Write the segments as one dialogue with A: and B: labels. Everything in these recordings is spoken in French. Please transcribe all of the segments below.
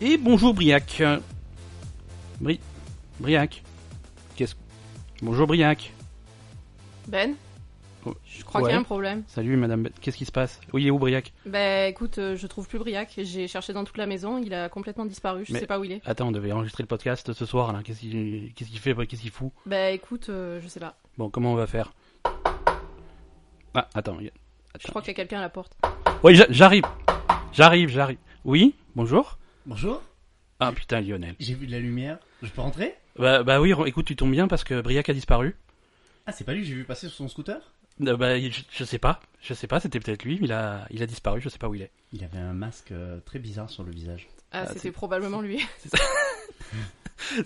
A: Et bonjour Briac. Bri... Briac. Qu'est-ce... Bonjour Briac.
B: Ben,
A: Oh,
B: je crois
A: ouais.
B: qu'il y a un problème.
A: Salut madame, qu'est-ce qui se passe Oui, il est où Briac
B: Ben écoute, euh, je trouve plus Briac. J'ai cherché dans toute la maison, il a complètement disparu. Je
A: Mais-
B: sais pas où il est.
A: Attends, on devait enregistrer le podcast ce soir là. Qu'est-ce qu'il, qu'est-ce qu'il fait Qu'est-ce qu'il fout
B: Ben écoute, euh, je sais pas.
A: Bon, comment on va faire Ah, attends. il y a-
B: Je crois qu'il y a quelqu'un à la porte.
A: Oui, j'a- j'arrive. J'arrive, j'arrive. Oui, bonjour.
C: Bonjour,
A: Ah putain, Lionel.
C: j'ai vu de la lumière. Je peux rentrer
A: Bah, bah oui, re- écoute, tu tombes bien parce que Briac a disparu.
C: Ah, c'est pas lui que j'ai vu passer sur son scooter
A: Euh, bah, il- je, je sais pas. Je sais pas, c'était peut-être lui, mais il a, il a disparu, je sais pas où il est.
C: Il avait un masque euh, très bizarre sur le visage.
B: Ah,
A: Ah, c'est-
B: c'était probablement lui.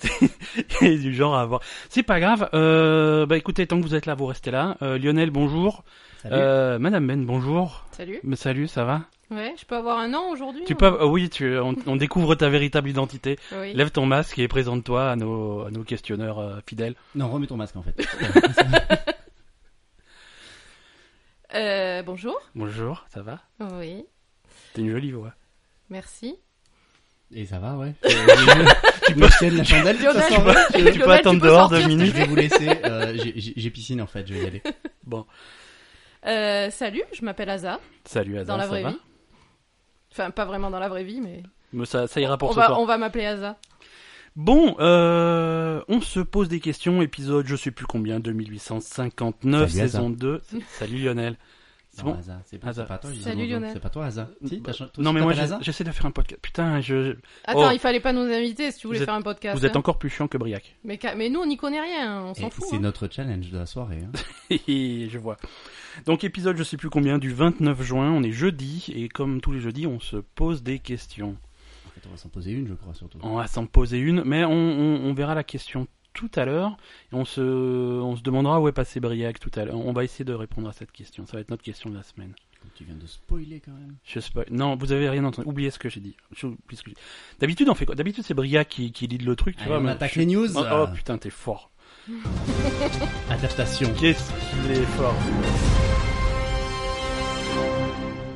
A: Il est du genre à avoir. C'est pas grave. Euh, bah écoutez, tant que vous êtes là, vous restez là. Euh, Lionel, bonjour.
C: Salut.
A: Euh, Madame Ben, bonjour.
B: Salut.
A: Mais salut, ça va
B: Ouais, je peux avoir un an aujourd'hui
A: Tu
B: ou-
A: peux. ah Oui, tu, on, on découvre ta véritable identité.
B: Oui.
A: Lève ton masque et présente-toi à nos, à nos questionneurs euh, fidèles.
C: Non, remets ton masque en fait.
B: Euh, bonjour.
A: Bonjour, ça va
B: Oui,
A: T'as une jolie voix. Euh,
B: merci.
C: Et ça va, ouais. tu peux tienne la chandelle de toute
B: Lionel,
C: façon, ouais.
A: Tu peux
B: Lionel,
A: attendre
B: peux
A: dehors deux
B: sortir, s'il te
C: Je
A: minutes.
C: vais vous laisser. euh, j'ai- j'ai j'ai piscine en fait, je vais y aller.
A: Bon,
B: plaît. Euh, salut, je m'appelle Aza.
A: salut
B: Dans
A: Adam,
B: la
A: ça
B: vraie
A: va
B: vie. Enfin, pas vraiment dans la vraie vie, mais.
A: Mais ça, ça ira pour
B: On
A: ce
B: va,
A: soir.
B: on va m'appeler Aza.
A: Bon, euh, on se pose des questions, épisode je sais plus combien, 2859,
C: Salut, Asa.
A: saison 2. Salut Lionel. C'est
C: Non,
A: bon
C: Asa, c'est pas,
A: Asa.
C: c'est pas toi. je dis
B: Salut,
C: bonjour.
B: Lionel.
C: C'est pas toi, Asa. Si, t'as cha- toi
A: Non
C: aussi,
A: mais moi
C: t'appelles
A: j'ai-
C: Asa
A: j'essaie de faire un podcast. Putain, je,
B: Attends,
A: Oh.
B: il fallait pas nous inviter si tu voulais
A: Vous êtes-
B: faire un podcast.
A: vous êtes
B: hein.
A: encore plus chiant que Briac.
B: mais, ca- mais nous, on n'y connaît rien, on s'en
C: Eh,
B: fout.
C: C'est
B: hein.
C: notre challenge de la soirée. hein.
A: je vois. Donc épisode je sais plus combien du 29 juin, on est jeudi et comme tous les jeudis on se pose des questions.
C: En fait, on va s'en poser une, je crois surtout.
A: On va s'en poser une, mais on, on- on verra la question tout à l'heure. Et on se, on se demandera où est passé Briac tout à l'heure. On va essayer de répondre à cette question. Ça va être notre question de la semaine.
C: Tu viens de spoiler quand même.
A: Je sais pas. Non, vous avez rien entendu. Oubliez ce que j'ai dit. Je- oubliez ce que j'ai- D'habitude, on fait quoi D'habitude, c'est Briac qui, qui lead le truc, tu
C: Allez,
A: vois.
C: on
A: mais
C: attaque
A: je-
C: les news.
A: Oh,
C: euh,
A: oh, putain, t'es fort.
C: Adaptation.
A: Qu'est-ce qu'il est fort.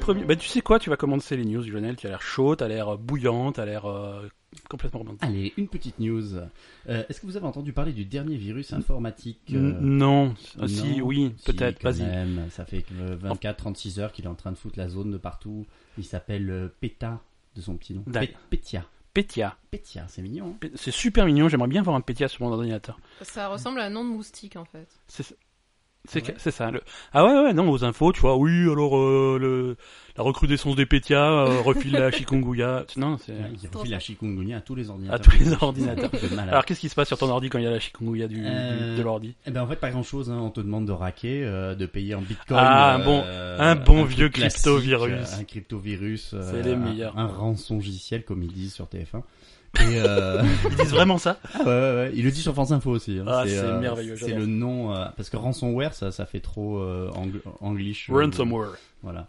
A: Premier... Bah, tu sais quoi Tu vas commencer les news, Lionel. Tu as l'air chaud, t'as l'air bouillant, t'as l'air euh, complètement romantique.
C: Allez, une petite news. Euh, Est-ce que vous avez entendu parler du dernier virus informatique euh,
A: Non. Ah,
C: non,
A: Si, oui, Mm,
C: si,
A: peut-être.
C: quand
A: Vas-y.
C: même. Ça fait 24-36 heures qu'il est en train de foutre la zone de partout. Il s'appelle euh, PETA, de son petit nom.
A: D'ac-
C: Pe- Petia.
A: Pétia.
C: Petia, c'est mignon. hein.
A: P- C'est super mignon, j'aimerais bien voir un Pétia sur mon ordinateur.
B: Ça ressemble à un nom de moustique en fait.
A: C'est c'est
C: Ouais.
A: que- c'est ça. le- Ah ouais, ouais, non, aux infos, tu vois, oui, alors euh, le... la recrudescence des Pétia euh, refile la chikungunya. Non, c'est
C: Ouais, Il
B: trop
C: refile la chikungunya à tous les
A: Euh. à
C: ordinateurs.
A: tous les ordinateurs.
C: De malade.
A: Alors qu'est-ce qui se passe sur ton ordi quand il y a la chikungunya du, du-
C: Euh,
A: de l'ordi
C: Eh ben, en fait, pas grand chose. On te demande de raquer, euh, de payer en bitcoin.
A: Ah, un
C: euh,
A: bon- un bon
C: truc
A: vieux
C: classique,
A: crypto-virus.
C: euh, Un crypto-virus. euh,
A: C'est les
C: un-
A: meilleurs.
C: Un rançongiciel, comme ils disent sur TF1. Et euh,
A: Ils disent vraiment ça
C: Ah ouais, ouais, ouais. Il le dit sur France Info aussi. hein.
A: Ah, c'est merveilleux,
C: C'est
A: j'adore.
C: le nom euh, parce que ransomware, ça, ça fait trop euh, ang- anglish. euh,
A: Ransomware.
C: Voilà.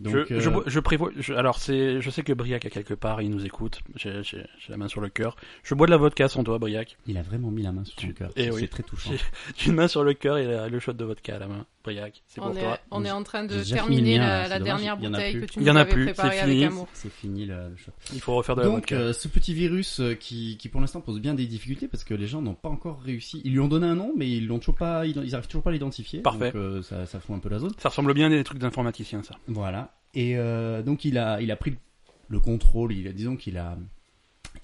C: Donc,
A: Je,
C: euh,
A: je, je prévois. je- alors c'est, je sais que Briac à quelque part, il nous écoute. J'ai j'ai- j'ai la main sur le cœur. Je bois de la vodka sans toi, Briac.
C: il a vraiment mis la main sur
A: Tu-
C: son cœur.
A: Eh
C: C'est
A: oui.
C: c'est très touchant.
A: J'ai- J'ai une main sur le cœur et euh, le shot de vodka à la main. Briac, c'est pour
B: On est,
A: toi.
B: on est
C: J'ai-
B: en train de
C: j'ai déjà
B: terminer
C: fini le mien,
B: la,
C: là,
B: la
C: c'est
B: dernière
C: dommage, il y en a
B: bouteille que
C: plus.
B: tu
A: Il
B: nous
A: y en a
B: avais
A: plus,
B: préparée
A: c'est
B: avec
A: fini.
B: amour.
C: C'est fini le, le choix.
A: Il faut refaire de la
C: Donc
A: vodka.
C: euh, ce petit virus euh, qui, qui pour l'instant pose bien des difficultés parce que les gens n'ont pas encore réussi. Ils lui ont donné un nom mais ils l'ont toujours pas, ils, ils arrivent toujours pas à l'identifier.
A: Parfait.
C: Donc euh, ça, ça fout un peu la zone.
A: Ça ressemble bien à des trucs d'informaticiens, ça.
C: Voilà. Et euh, donc il a, il a pris le contrôle, il a, disons qu'il a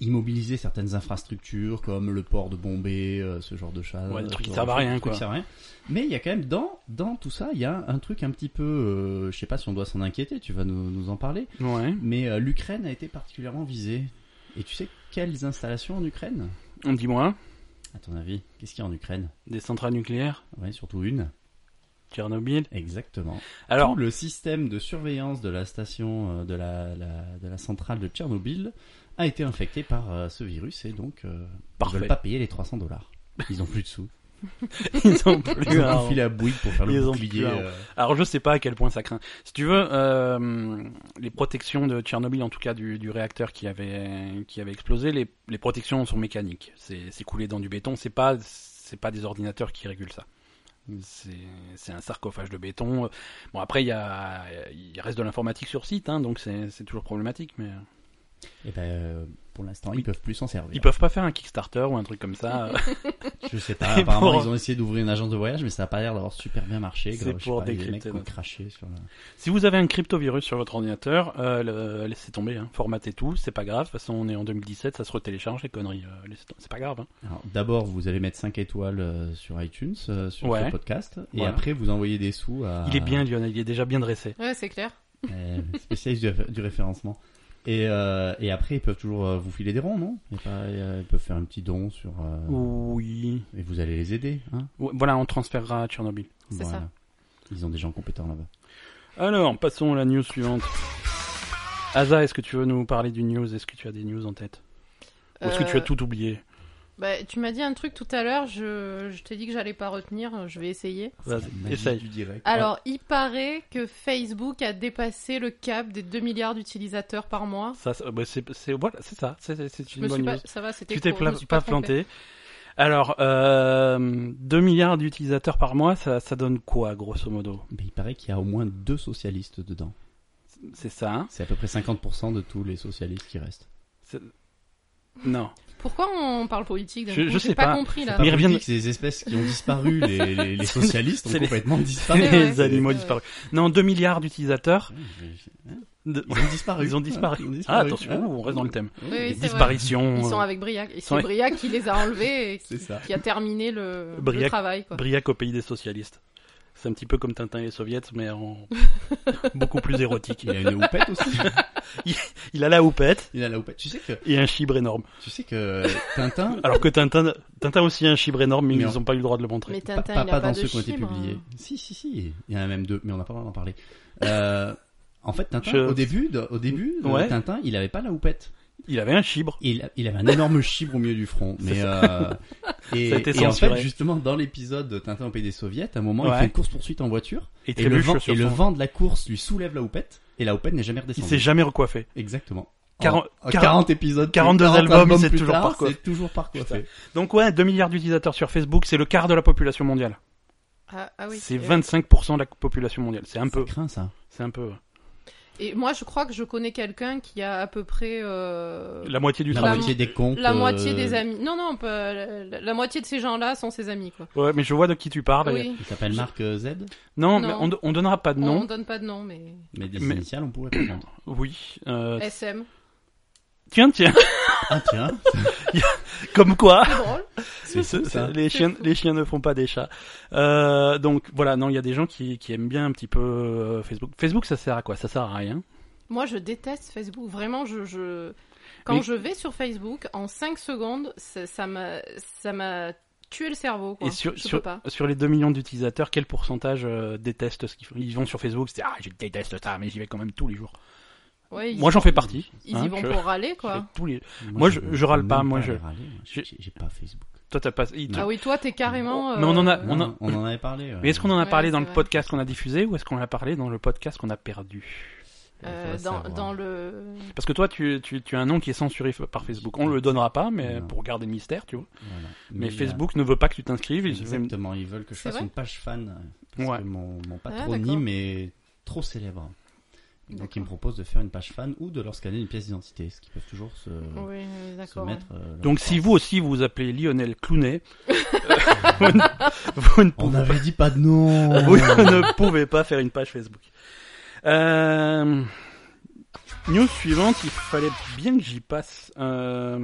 C: immobilisé certaines infrastructures comme le port de Bombay, euh, ce genre de choses.
A: Ouais, des trucs qui
C: Ce
A: servent à
C: genre de
A: rien,
C: trucs
A: quoi.
C: qui servent à rien. Mais il y a quand même dans, dans tout ça, il y a un truc un petit peu, euh, je sais pas si on doit s'en inquiéter, tu vas nous, nous en parler,
A: Ouais.
C: mais euh, l'Ukraine a été particulièrement visée. Et tu sais quelles installations en Ukraine
A: On dit moi,
C: À ton avis, qu'est-ce qu'il y a en Ukraine
A: des centrales nucléaires,
C: Ouais, surtout une.
A: Tchernobyl.
C: Exactement.
A: Alors,
C: Tout le système de surveillance de la station euh, de la, la- de la centrale de Tchernobyl a été infecté par euh, ce virus et donc euh, ils
A: Parfait.
C: veulent pas payer les 300 dollars. Ils ont plus de sous.
A: ils ont
C: Ils
A: plus
C: ont
A: un-
C: tout filé à Bouygues pour faire le
A: Ils ont
C: bouclier.
A: plus un-
C: euh,
A: Alors, je sais pas à quel point ça craint. Si tu veux, euh, les protections de Tchernobyl, en tout cas du, du réacteur qui avait qui avait explosé, les, les protections sont mécaniques. C'est c'est coulé dans du béton. C'est pas c'est pas des ordinateurs qui régulent ça. C'est c'est un sarcophage de béton. Bon, après, il y a il reste de l'informatique sur site, hein, donc c'est c'est toujours problématique, mais.
C: Et ben, euh, pour l'instant, ils peuvent plus s'en servir.
A: Ils peuvent pas faire un Kickstarter ou un truc comme ça. euh,
C: Je sais pas,
A: Et
C: apparemment
A: pour-
C: ils ont essayé d'ouvrir une agence de voyage, mais ça a pas l'air d'avoir super bien marché.
A: C'est
C: grave, je sais
A: pour
C: pas, les
A: décrypter
C: mecs qui ont
A: notre-
C: craché sur la-
A: Si vous avez un cryptovirus sur votre ordinateur, euh, le- laissez tomber, hein. formatez tout, c'est pas grave. De toute façon, on est en 2017, ça se retélécharge les conneries. euh, laissez tomber, c'est pas grave. hein.
C: Alors, D'abord, vous allez mettre 5 étoiles euh, sur iTunes, euh, sur
A: Ouais.
C: ce podcast, et
A: Voilà.
C: après vous envoyez des sous à...
A: Il est bien, Lionel, il est déjà bien dressé.
B: Ouais, c'est clair.
C: Euh, spécialiste du, du référencement. Et, euh, et après, ils peuvent toujours euh, vous filer des ronds, non Il y a pas- euh, Ils peuvent faire un petit don sur... euh,
A: Oui.
C: Et vous allez les aider, hein
A: Ouais, Voilà, on transférera à Tchernobyl.
B: C'est ça.
C: Ils ont des gens compétents là-bas.
A: Alors, passons à la news suivante. Asa, est-ce que tu veux nous parler d'une news Est-ce que tu as des news en tête Ou est-ce que tu as
B: Euh,
A: tout oublié
B: bah, tu m'as dit un truc tout à l'heure, je, je t'ai dit que j'allais pas retenir, je vais essayer.
A: Vas-y,
C: La magie
A: essaye.
C: du direct.
B: Alors, il paraît que Facebook a dépassé le cap des 2 milliards d'utilisateurs par mois.
A: Ça, c'est- bah, c'est c'est- voilà, c'est ça, c'est- c'est c'est
B: Je
A: une
B: me
A: bonne
B: suis
A: news.
B: pas, ça va, c'était
A: Tu t'es
B: court, je me
A: pla-
B: suis
A: pas
B: trompée.
A: planté. Alors, euh, 2 milliards d'utilisateurs par mois, ça, ça donne quoi, grosso modo
C: Mais il paraît qu'il y a au moins deux socialistes dedans.
A: C'est ça, hein
C: C'est à peu près 50% de tous les socialistes qui restent.
A: C'est- Non.
B: Pourquoi on parle politique d'un
A: Je-
B: coup
A: je
B: J'ai
A: sais pas.
B: compris là.
A: Mais ils
C: Pas
A: reviennent-
C: politique, C'est les espèces qui ont disparu, les, les- les
A: C'est-
C: socialistes ont
A: c'est les-
C: complètement
A: C'est
C: disparu.
B: vrai.
A: les animaux
B: Ouais.
A: disparus. Non, 2 milliards d'utilisateurs. de-
C: Ils ont disparu.
A: Ils ont disparu.
C: Ils ont
A: Ah,
C: disparu.
A: attention, ouh, on reste dans le thème.
B: Oui, oui, c'est vrai.
A: Disparition.
B: Ils sont
A: euh,
B: avec Briac. Et
A: sont-
B: c'est Briac qui les a enlevés et qui,
C: C'est ça.
B: qui a terminé le, le
A: Briac-
B: travail. Quoi.
A: Briac au pays des socialistes. C'est un petit peu comme Tintin et les soviets, mais en... beaucoup plus érotique.
C: Il a une houppette aussi.
A: Il a la houppette
C: Il a la houppette. Tu sais que,
A: et un chibre énorme.
C: tu sais que Tintin,
A: Alors que Tintin, Tintin aussi a un chibre énorme, mais,
C: Mais
A: ils n'ont pas eu le droit de le montrer.
B: Mais
C: Pa-
B: Tintin, il
C: pas,
B: a
C: pas
B: pas
C: dans
B: de
C: ceux qui ont été
B: chibre,
C: publiés.
B: hein.
C: Si, si, si. Il y en a même deux, mais on n'a pas le droit d'en parler. Euh, en fait, Tintin,
A: Je-
C: au début, de- au début, de
A: Ouais.
C: Tintin, il avait pas la houppette.
A: Il avait un chibre.
C: Il, il avait un énorme chibre au milieu du front.
A: C'est
C: Mais euh, et,
A: Ça a été
C: et en
A: censuré.
C: fait, justement, dans l'épisode de Tintin au pays des soviets, à un moment,
A: Ouais.
C: il fait une course poursuite en voiture
A: Et,
C: et le,
A: trébuche
C: vent,
A: sur
C: et le
A: son-
C: vent de la course lui soulève la houppette et la houppette n'est jamais
A: Il s'est
C: redescendue.
A: jamais recoiffé.
C: Exactement.
A: Quarante-
C: En- en
A: quarante-
C: 40 épisodes, plus-
A: 42
C: 40
A: albums, c'est
C: plus
A: toujours
C: tard,
A: pas coiffé.
C: C'est toujours par coiffé.
A: Donc ouais, 2 milliards d'utilisateurs sur Facebook, c'est le quart de la population mondiale.
B: Ah, ah oui.
A: c'est
B: Et-
A: 25% de la population mondiale. C'est un peu.
C: Ça craint ça.
A: C'est un peu.
B: Et moi, je crois que je connais quelqu'un qui a à peu près euh,
A: La moitié du
C: La
A: travail.
C: moitié des comptes.
B: la moitié des
C: euh,
B: amis. Non, non, pas- la, la- la moitié de ces gens-là sont ses amis. Quoi.
A: Ouais, mais je vois de qui tu parles.
B: oui.
C: Il s'appelle Marc euh, Z.
A: Non,
B: Non.
A: mais on, on donnera bah, pas de
B: On
A: nom.
B: ne donne pas de nom, mais
C: Mais des
A: Mais-
C: initiales, on pourrait prendre.
A: Oui. euh,
B: SM.
A: Tiens, tiens.
C: Ah tiens,
A: Comme quoi.
B: C'est drôle.
C: c'est
A: Ce-
C: fou, ça.
A: Les
B: C'est
A: chiens,
B: fou.
A: les chiens ne font pas des chats. Euh, donc voilà, non, il y a des gens qui, qui aiment bien un petit peu euh, Facebook. Facebook, ça sert à quoi Ça sert à rien.
B: Moi, je déteste Facebook. Vraiment, je, je... quand
A: Mais-
B: je vais sur Facebook, en 5 secondes, ça ça m'a, ça m'a tué le cerveau. Quoi.
A: Et sur,
B: je
A: sur,
B: peux pas.
A: sur les 2 millions d'utilisateurs, quel pourcentage euh, déteste ce qu'ils font Ils vont sur Facebook, c'est ah, je déteste ça, mais j'y vais quand même tous les jours.
B: Ouais, ils,
A: Moi, j'en fais partie.
B: ils
A: hein,
B: y vont
A: je-
B: pour râler,
A: je fais
B: quoi.
A: tous les... Moi, je-
C: peux
A: je râle
C: même
A: pas, moi, je-
C: les râler, moi. J'ai j'ai pas Facebook.
A: Toi, t'as pas. il-
C: Non.
B: Ah oui, toi, t'es carrément.
A: Mais on en a-
B: euh,
A: On
C: Non, On, en avait parlé. euh, ouais.
A: Mais est-ce qu'on en a
B: Ouais,
A: parlé
B: c'est
A: dans le
B: vrai.
A: podcast qu'on a diffusé ou est-ce qu'on en a parlé dans le podcast qu'on a perdu
B: euh,
C: Faudrait
B: dans,
C: savoir.
B: dans le.
A: Parce que toi, tu, tu, tu as un nom qui est censuré f- par Facebook. On le donnera pas, mais
C: Non.
A: pour garder le mystère, tu vois.
C: Voilà.
A: Mais,
C: il y a-
A: Facebook ne veut pas que tu t'inscrives. ils-
C: Exactement, ils veulent que je
B: C'est
C: fasse
B: vrai Ah,
C: une page fan. euh, Parce
A: Ouais.
C: que mon, mon
B: d'accord.
C: patronyme est trop célèbre. Et donc,
B: D'accord.
C: ils me proposent de faire une page fan ou de leur scanner une pièce d'identité, ce qui peuvent toujours se,
B: Oui, oui,
C: se
B: d'accord. ouais.
C: mettre. euh, leur
A: Donc si
C: propre.
A: vous aussi vous vous appelez Lionel Clounet, euh, vous, ne, vous ne
C: On
A: pouvez,
C: avait dit pas de nom
A: vous ne pouvez pas faire une page Facebook. Euh, news suivante, il fallait bien que j'y passe. Euh,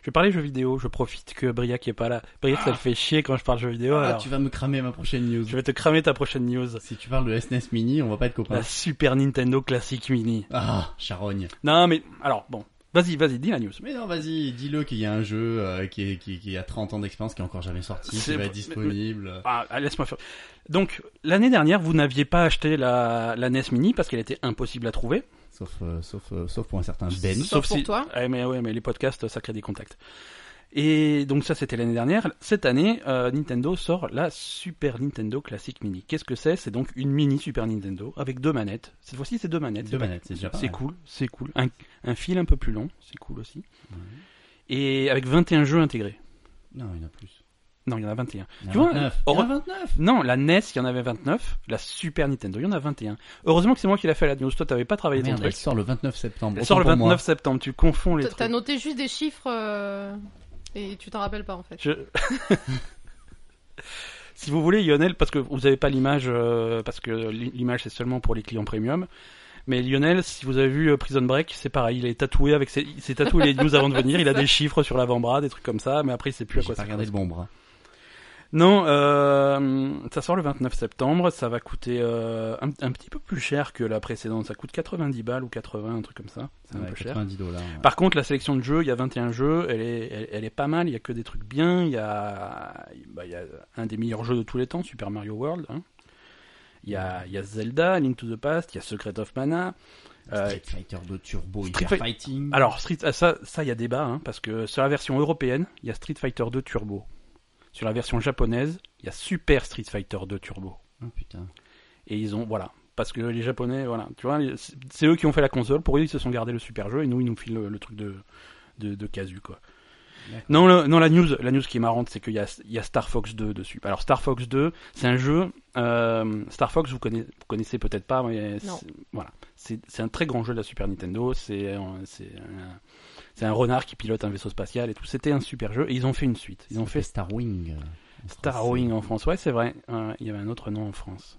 A: je vais parler jeux vidéo, je profite que Briac est pas là. Briac, ça le fait chier quand je parle jeux vidéo,
C: Ah,
A: alors
C: tu vas me cramer ma prochaine news.
A: je vais te cramer ta prochaine news.
C: Si tu parles de SNES Mini, on va pas être copains.
A: La Super Nintendo Classic Mini.
C: Ah, charogne.
A: Non mais, alors bon, vas-y, vas-y, dis la news.
C: Mais non, vas-y, dis-le qu'il y a un jeu euh, qui, est- qui- qui a 30 ans d'expérience, qui est encore jamais sorti,
A: C'est
C: qui va
A: vrai,
C: être disponible. euh,
A: Ah, ah, laisse-moi faire. Donc, l'année dernière, vous n'aviez pas acheté la, la NES Mini parce qu'elle était impossible à trouver.
C: Sauf, euh, sauf, euh, sauf pour un certain Ben.
B: Sauf pour toi.
A: Ouais, Eh, mais, ouais, mais les podcasts, ça crée des contacts. Et donc ça, c'était l'année dernière. Cette année, euh, Nintendo sort la Super Nintendo Classic Mini. Qu'est-ce que c'est C'est donc une mini Super Nintendo avec deux manettes. Cette fois-ci, c'est deux manettes.
C: Deux manettes, c'est déjà pas
A: C'est
C: mal.
A: cool, c'est cool. Un, un fil un peu plus long, c'est cool aussi. Et avec 21 jeux intégrés.
C: Non, il y en a plus.
A: Non, il y en a 21.
C: Il y en a
A: Tu vois,
C: 29.
A: euh,
C: Il y en a 29
A: Non, la NES, il y en avait 29. La Super Nintendo, il y en a 21. Heureusement que c'est moi qui l'ai fait à la news. Toi, t'avais pas
C: Ah,
A: travaillé ton
C: Merde, elle
A: truc.
C: sort le 29 septembre.
A: Elle sort le
C: autant
A: 29
C: pour moi.
A: septembre. Tu confonds les
B: T'as- T'as
A: trucs.
B: noté juste des chiffres euh, et tu t'en rappelles pas en fait.
A: Je- si vous voulez, Lionel, parce que vous n'avez pas l'image, euh, parce que l'i- l'image c'est seulement pour les clients premium. Mais Lionel, si vous avez vu euh, Prison Break, c'est pareil. Il est tatoué avec ses, il s'est tatoué les news avant de venir. Il a des chiffres sur l'avant-bras, des trucs comme ça. Mais après, il sait plus à
C: J'ai
A: quoi
C: pas
A: ça
C: regardé le bon bras.
A: Non, euh, ça sort le 29 septembre, ça va coûter euh, un, un petit peu plus cher que la précédente, ça coûte 90 balles ou 80, un truc comme ça, c'est un
C: Ah, Ouais,
A: peu cher.
C: 90 dollars. ouais.
A: Par contre, la sélection de jeux, il y a 21 jeux, elle est, elle, elle est pas mal, il y a que des trucs bien, il y a, bah, il y a un des meilleurs jeux de tous les temps, Super Mario World, hein. il, y a, il y a Zelda, Link to the Past, il y a Secret of Mana, euh,
C: Street Fighter 2 Turbo,
A: Street Fi-
C: Hyper Fighting.
A: alors, Street, ah, ça, ça, il y a débat, hein, parce que sur la version européenne, il y a Street Fighter 2 Turbo. Sur la version japonaise, il y a Super Street Fighter 2 Turbo.
C: Ah, putain.
A: Et ils ont, voilà. Parce que les Japonais, voilà, tu vois, c'est- c'est eux qui ont fait la console. Pour eux, ils se sont gardés le super jeu et nous, ils nous filent le, le truc de, de, de casu, quoi.
C: D'accord.
A: Non, le- non, la news, la news qui est marrante, c'est qu'il y a, il y a Star Fox 2 dessus. Alors, Star Fox 2, c'est un jeu, euh, Star Fox, vous connaissez, vous connaissez peut-être pas, mais
B: Non.
A: c'est- voilà. C'est c'est un très grand jeu de la Super Nintendo. C'est un- c'est un, c'est un renard qui pilote un vaisseau spatial et tout. C'était un super jeu et ils ont fait une suite. Ils ont fait
C: Star Wing. euh, en
A: Star
C: français.
A: Wing en France, ouais, c'est vrai. Euh, il y avait un autre nom en France.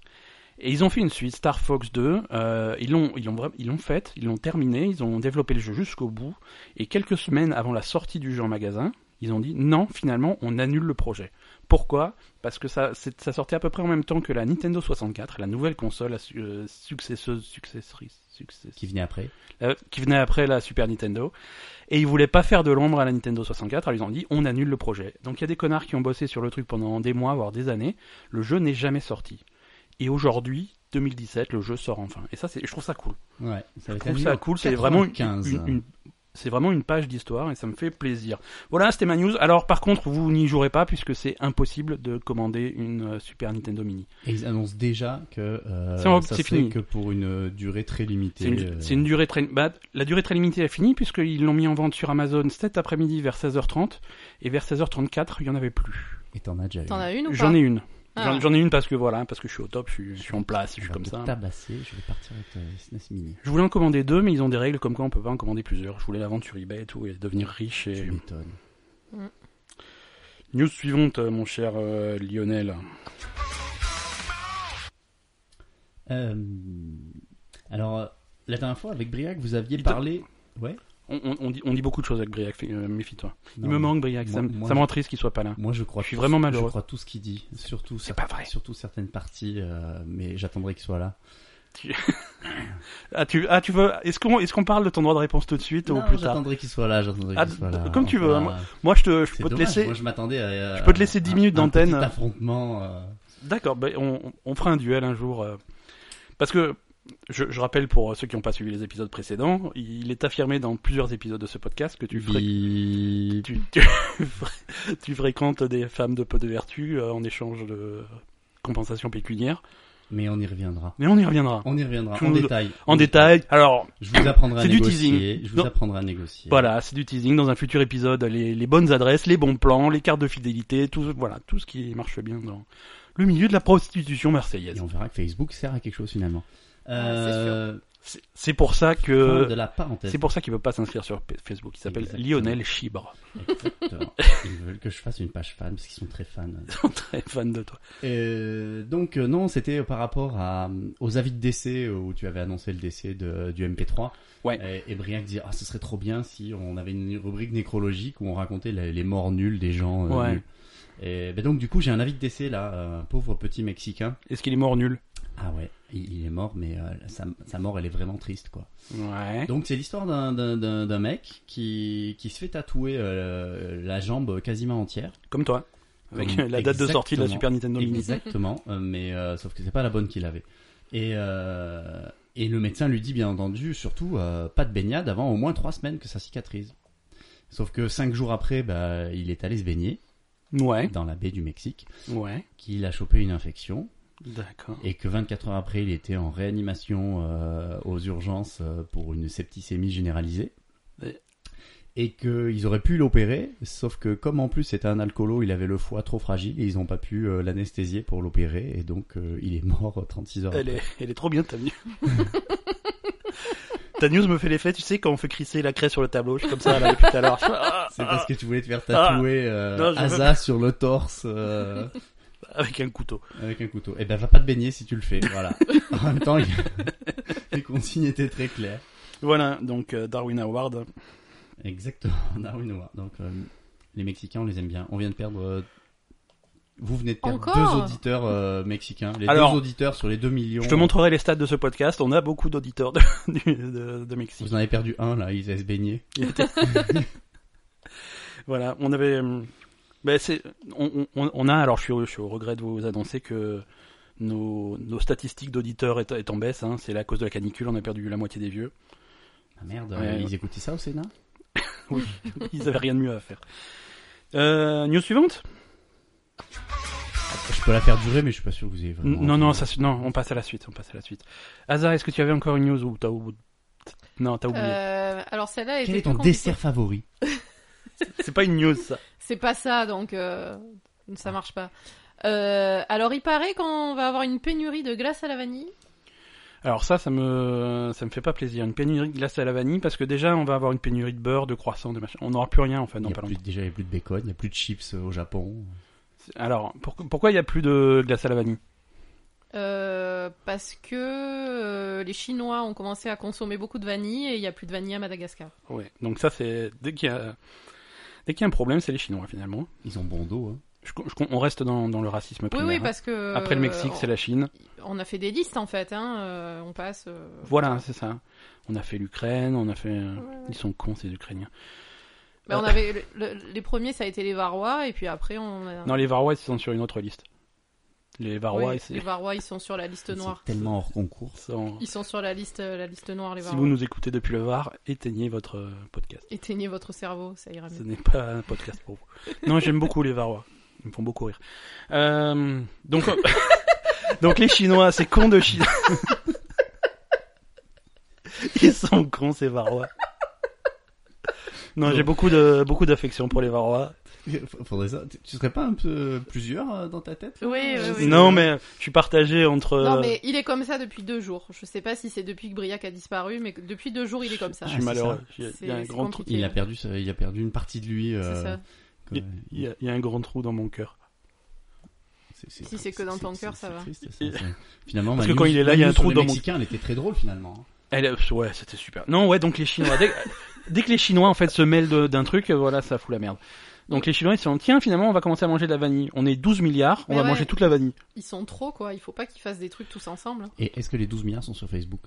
A: Et ils ont fait une suite, Star Fox 2. euh, ils l'ont, ils l'ont, vra- ils l'ont faite, ils l'ont terminée, ils ont développé le jeu jusqu'au bout. Et quelques semaines avant la sortie du jeu en magasin, ils ont dit non, finalement, on annule le projet. Pourquoi Parce que ça, c'est- ça sortait à peu près en même temps que la Nintendo 64, la nouvelle console la su- euh, successeuse, successrice, successrice
C: Qui venait après.
A: euh, qui venait après la Super Nintendo. Et ils voulaient pas faire de l'ombre à la Nintendo 64, alors ils ont dit on annule le projet. Donc il y a des connards qui ont bossé sur le truc pendant des mois, voire des années. Le jeu n'est jamais sorti. Et aujourd'hui, 2017, le jeu sort enfin. Et ça, c'est, je trouve ça cool.
C: Ouais.
A: Je
C: Ça va
A: trouve
C: être
A: ça
C: annulé
A: cool.
C: en
A: C'est vraiment une,
C: 95.
A: une- une- c'est vraiment une page d'histoire et ça me fait plaisir. Voilà, c'était ma news. Alors par contre, vous n'y jouerez pas puisque c'est impossible de commander une euh, Super Nintendo Mini.
C: Et ils annoncent déjà que euh,
A: C'est en-
C: ça
A: c'est
C: c'est
A: fini.
C: que pour une euh, durée très limitée.
A: C'est une,
C: euh,
A: c'est une durée très, bah, la durée très limitée est finie puisqu'ils l'ont mis en vente sur Amazon cet après-midi vers 16h30 et vers 16h34 il y en avait plus.
C: Et t'en as déjà eu.
B: T'en as une ou pas
A: J'en ai une.
B: Ah.
A: J'en- J'en ai une parce que voilà, parce que je suis au top, je suis, je suis en place, je
C: Je
A: suis
C: vais
A: comme
C: te
A: ça.
C: tabasser, je vais partir avec euh, SNES Mini.
A: Je voulais en commander deux, mais ils ont des règles comme quoi on peut pas en commander plusieurs. Je voulais la vendre sur eBay et tout et devenir riche.
C: Tu
A: Et...
C: m'étonnes.
A: News suivante, euh, mon cher euh, Lionel.
C: Euh, alors, euh, la dernière fois, avec Briac, vous aviez
A: Il te-
C: parlé. Ouais.
A: On, on- on dit, on dit beaucoup de choses avec Briac, fais- euh, méfie-toi. Il
C: Non,
A: me
C: mais
A: manque Briac, ça,
C: moi-
A: me-
C: moi,
A: ça
C: je-
A: m'entriste qu'il soit pas là.
C: Moi, je crois.
A: Je suis
C: tout-
A: vraiment malheureux.
C: Je crois tout ce qu'il dit, surtout
A: C'est
C: cer-
A: pas vrai.
C: surtout certaines parties, euh, mais j'attendrai qu'il soit là.
A: Ah tu, ah, tu veux Est-ce qu'on est-ce qu'on parle de ton droit de réponse tout de suite ou
C: Non,
A: plus tard
C: j'attendrai qu'il soit là, j'attendrai
A: Ah,
C: qu'il soit là.
A: comme tu veux, hein,
C: Enfin,
A: Moi je te, je
C: c'est
A: peux te
C: dommage,
A: laisser.
C: Moi, je m'attendais à.
A: Je peux te laisser 10
C: un-
A: minutes
C: un
A: d'antenne.
C: petit affrontement. euh,
A: D'accord, ben, on, on fera un duel un jour. euh, parce que, je, je rappelle pour ceux qui n'ont pas suivi les épisodes précédents, il est affirmé dans plusieurs épisodes de ce podcast que tu, fré-
C: Bip.
A: tu, tu fré- tu fréquentes des femmes de peu de vertu euh, en échange de compensation pécuniaire.
C: Mais on y reviendra.
A: Mais on y reviendra.
C: On y reviendra
A: Tu
C: en
A: nous-
C: détail.
A: En détail, alors
C: Je vous apprendrai à
A: C'est du
C: négocier.
A: teasing.
C: Je vous
A: Non.
C: apprendrai à négocier.
A: voilà, c'est du teasing dans un futur épisode, les, les bonnes adresses, les bons plans, les cartes de fidélité, tout, voilà, tout ce qui marche bien dans le milieu de la prostitution
C: Et
A: marseillaise.
C: on verra que Facebook sert à quelque chose finalement.
A: C'est- C'est pour ça
C: fin
A: que...
C: de la parenthèse.
A: C'est pour ça qu'il ne peut pas s'inscrire sur P- Facebook. Il s'appelle
C: Exactement.
A: Lionel Chibre.
C: Exactement. Ils veulent que je fasse une page fan parce qu'ils sont très fans.
A: Très fan de toi.
C: Euh, donc euh, non, c'était par rapport à, euh, aux avis de décès euh, où tu avais annoncé le décès de, du MP3.
A: Ouais.
C: Et, et Briac disait ah ce serait trop bien si on avait une rubrique nécrologique où on racontait les, les morts nuls des gens. euh,
A: Ouais.
C: nuls. Et ben donc du coup j'ai un avis de décès là, euh, un pauvre petit mexicain.
A: Est-ce qu'il est mort nul
C: Ah ouais, il, il est mort mais euh, sa, sa mort elle est vraiment triste quoi.
A: Ouais.
C: Donc c'est l'histoire d'un- d'un- d'un d'un mec qui, qui se fait tatouer euh, la jambe quasiment entière.
A: Comme toi. Avec
C: Comme-
A: la date de sortie de la
C: exactement.
A: Super Nintendo Mini.
C: Exactement, euh, mais euh, sauf que c'est pas la bonne qu'il avait. Et, euh, et le médecin lui dit bien entendu, surtout euh, pas de baignade avant au moins trois semaines que ça cicatrise. Sauf que cinq jours après, bah, il est allé se baigner
A: Ouais.
C: dans la baie du Mexique,
A: Ouais.
C: qu'il a chopé une infection
A: D'accord.
C: et que 24 heures après, il était en réanimation euh, aux urgences euh, pour une septicémie généralisée.
A: Ouais.
C: et qu'ils auraient pu l'opérer, sauf que comme en plus c'était un alcoolo, il avait le foie trop fragile et ils n'ont pas pu euh, l'anesthésier pour l'opérer et donc euh, il est mort euh, 36 heures.
A: Elle
C: après.
A: est, elle est trop bien, ta news. ta news me fait l'effet, tu sais, quand on fait crisser la craie sur le tableau, je suis comme ça là, depuis tout à l'heure. Je fais, ah,
C: C'est
A: ah,
C: parce que tu voulais te faire tatouer euh,
A: Non, je veux
C: Asa sur le torse euh,
A: Avec un couteau.
C: avec un couteau. Eh ben va pas te baigner si tu le fais, voilà. en même temps, il- les consignes étaient très claires.
A: Voilà, donc euh, Darwin Award.
C: Exactement, Darwin Award. Donc euh, les Mexicains, on les aime bien. On vient de perdre. euh, vous venez de perdre
B: Encore
C: deux auditeurs euh, mexicains. Les
A: Alors,
C: deux auditeurs sur les deux millions.
A: Je te montrerai les stats de ce podcast. On a beaucoup d'auditeurs de, du- de- de Mexique.
C: Vous en avez perdu un là, ils allaient se baigner.
A: Voilà, on avait. hum, Ben c'est, on, on, on a. Alors, je suis, au- je suis au regret de vous annoncer que nos, nos statistiques d'auditeurs est, est en baisse. Hein, c'est la cause de la canicule. On a perdu la moitié des vieux.
C: Ah merde,
A: Ouais,
C: euh,
A: ouais.
C: ils écoutaient ça au Sénat
A: Ils avaient rien de mieux à faire. Euh, news suivante.
C: Je peux la faire durer, mais je suis pas sûr que vous ayez vraiment.
A: Non, non, ça, su- non, on passe à la suite, on passe à la suite. Asa, est-ce que tu avais encore une news ou t'as ou- Non, t'as oublié.
B: Euh, alors celle-là
C: Quel
B: était
C: est ton
B: compliquée.
C: dessert favori
A: C'est pas une news, ça.
B: C'est pas ça, donc euh, ça marche pas. Euh, alors il paraît qu'on va avoir une pénurie de glace à la vanille.
A: Alors ça, ça me, ça me fait pas plaisir. Une pénurie de glace à la vanille, parce que déjà, on va avoir une pénurie de beurre, de croissant, de machin. On n'aura plus rien, en fait,
C: Il
A: dans
C: y a
A: pas
C: plus,
A: longtemps.
C: Déjà, il n'y a plus de bacon, il n'y a plus de chips euh, au Japon.
A: Alors, pour- pourquoi il y a plus de glace à la vanille
B: Euh, parce que euh, les Chinois ont commencé à consommer beaucoup de vanille et il n'y a plus de vanille à Madagascar.
A: Ouais. Donc ça, c'est... Dès qu'il y a... Dès qu'il y a un problème, c'est les Chinois, finalement.
C: Ils ont bon dos. Hein.
A: Je- je- on reste dans, dans le racisme
B: Oui,
A: primaire.
B: oui,
A: hein.
B: parce que
A: Après le Mexique,
B: euh,
A: c'est la Chine.
B: on a fait des listes en fait. Hein, euh, on passe. euh,
A: Voilà, c'est ça. On a fait l'Ukraine, on a fait... Ils sont cons, ces Ukrainiens.
B: bah, on avait le- le- les premiers, ça a été les Varois et puis après on. A...
A: Non, les Varois, ils sont sur une autre liste. Les Varois,
B: Oui,
A: c'est...
B: les Varois, ils sont sur la liste
C: C'est
B: noire.
C: tellement hors concours.
A: sont-
B: Ils sont sur la liste, euh, la liste noire, les
A: Si
B: Varois.
A: vous nous écoutez depuis le Var, éteignez votre euh, podcast.
B: Éteignez votre cerveau, ça ira mieux.
A: Ce n'est pas un podcast pour vous. Non, j'aime beaucoup les Varois. Ils me font beaucoup rire. Euh, donc, euh, donc les Chinois, c'est con de Chine. Ils sont cons, ces Varois. Non, j'ai beaucoup de beaucoup d'affection pour les Varois.
C: Faudrait ça- Tu tu serais pas un peu plusieurs euh, dans ta tête là
B: Oui, Ah oui, oui.
A: Non, mais euh, je suis partagé entre.
B: Non, mais il est comme ça depuis deux jours. Je sais pas si c'est depuis que Briac a disparu, mais depuis deux jours, il est comme ça.
A: Je
C: Ah,
A: suis
C: c'est
A: malheureux.
C: ça.
A: Il y a- il y
B: C'est-
A: a un
B: c'est
A: grand trou.
B: compliqué.
C: il a, perdu, ça- il a perdu une partie de lui. euh,
B: C'est ça.
C: quand-
A: Il y a- il y a un grand trou dans mon cœur.
C: c'est-
B: Si
C: triste,
B: c'est que dans ton cœur, ça
C: c'est
B: va.
C: triste, c'est- Finalement,
A: Parce
C: ma
A: que quand
C: news-
A: il est là,
C: ma
A: il y a un
C: news sur
A: trou
C: les
A: dans mon-
C: Mexicains, elle était très drôle finalement. hein.
A: Elle, euh, ouais, c'était super. Non, ouais, donc les Chinois, dès, dès que les Chinois en fait se mêlent de- d'un truc, euh, voilà, ça fout la merde. Donc les Chinois ils se sont tiens finalement on va commencer à manger de la vanille. On est 12 milliards, on
B: Mais
A: va
B: ouais.
A: manger toute la vanille.
B: Ils sont trop, quoi. Il faut pas qu'ils fassent des trucs tous ensemble. hein.
C: Et est-ce que les 12 milliards sont sur Facebook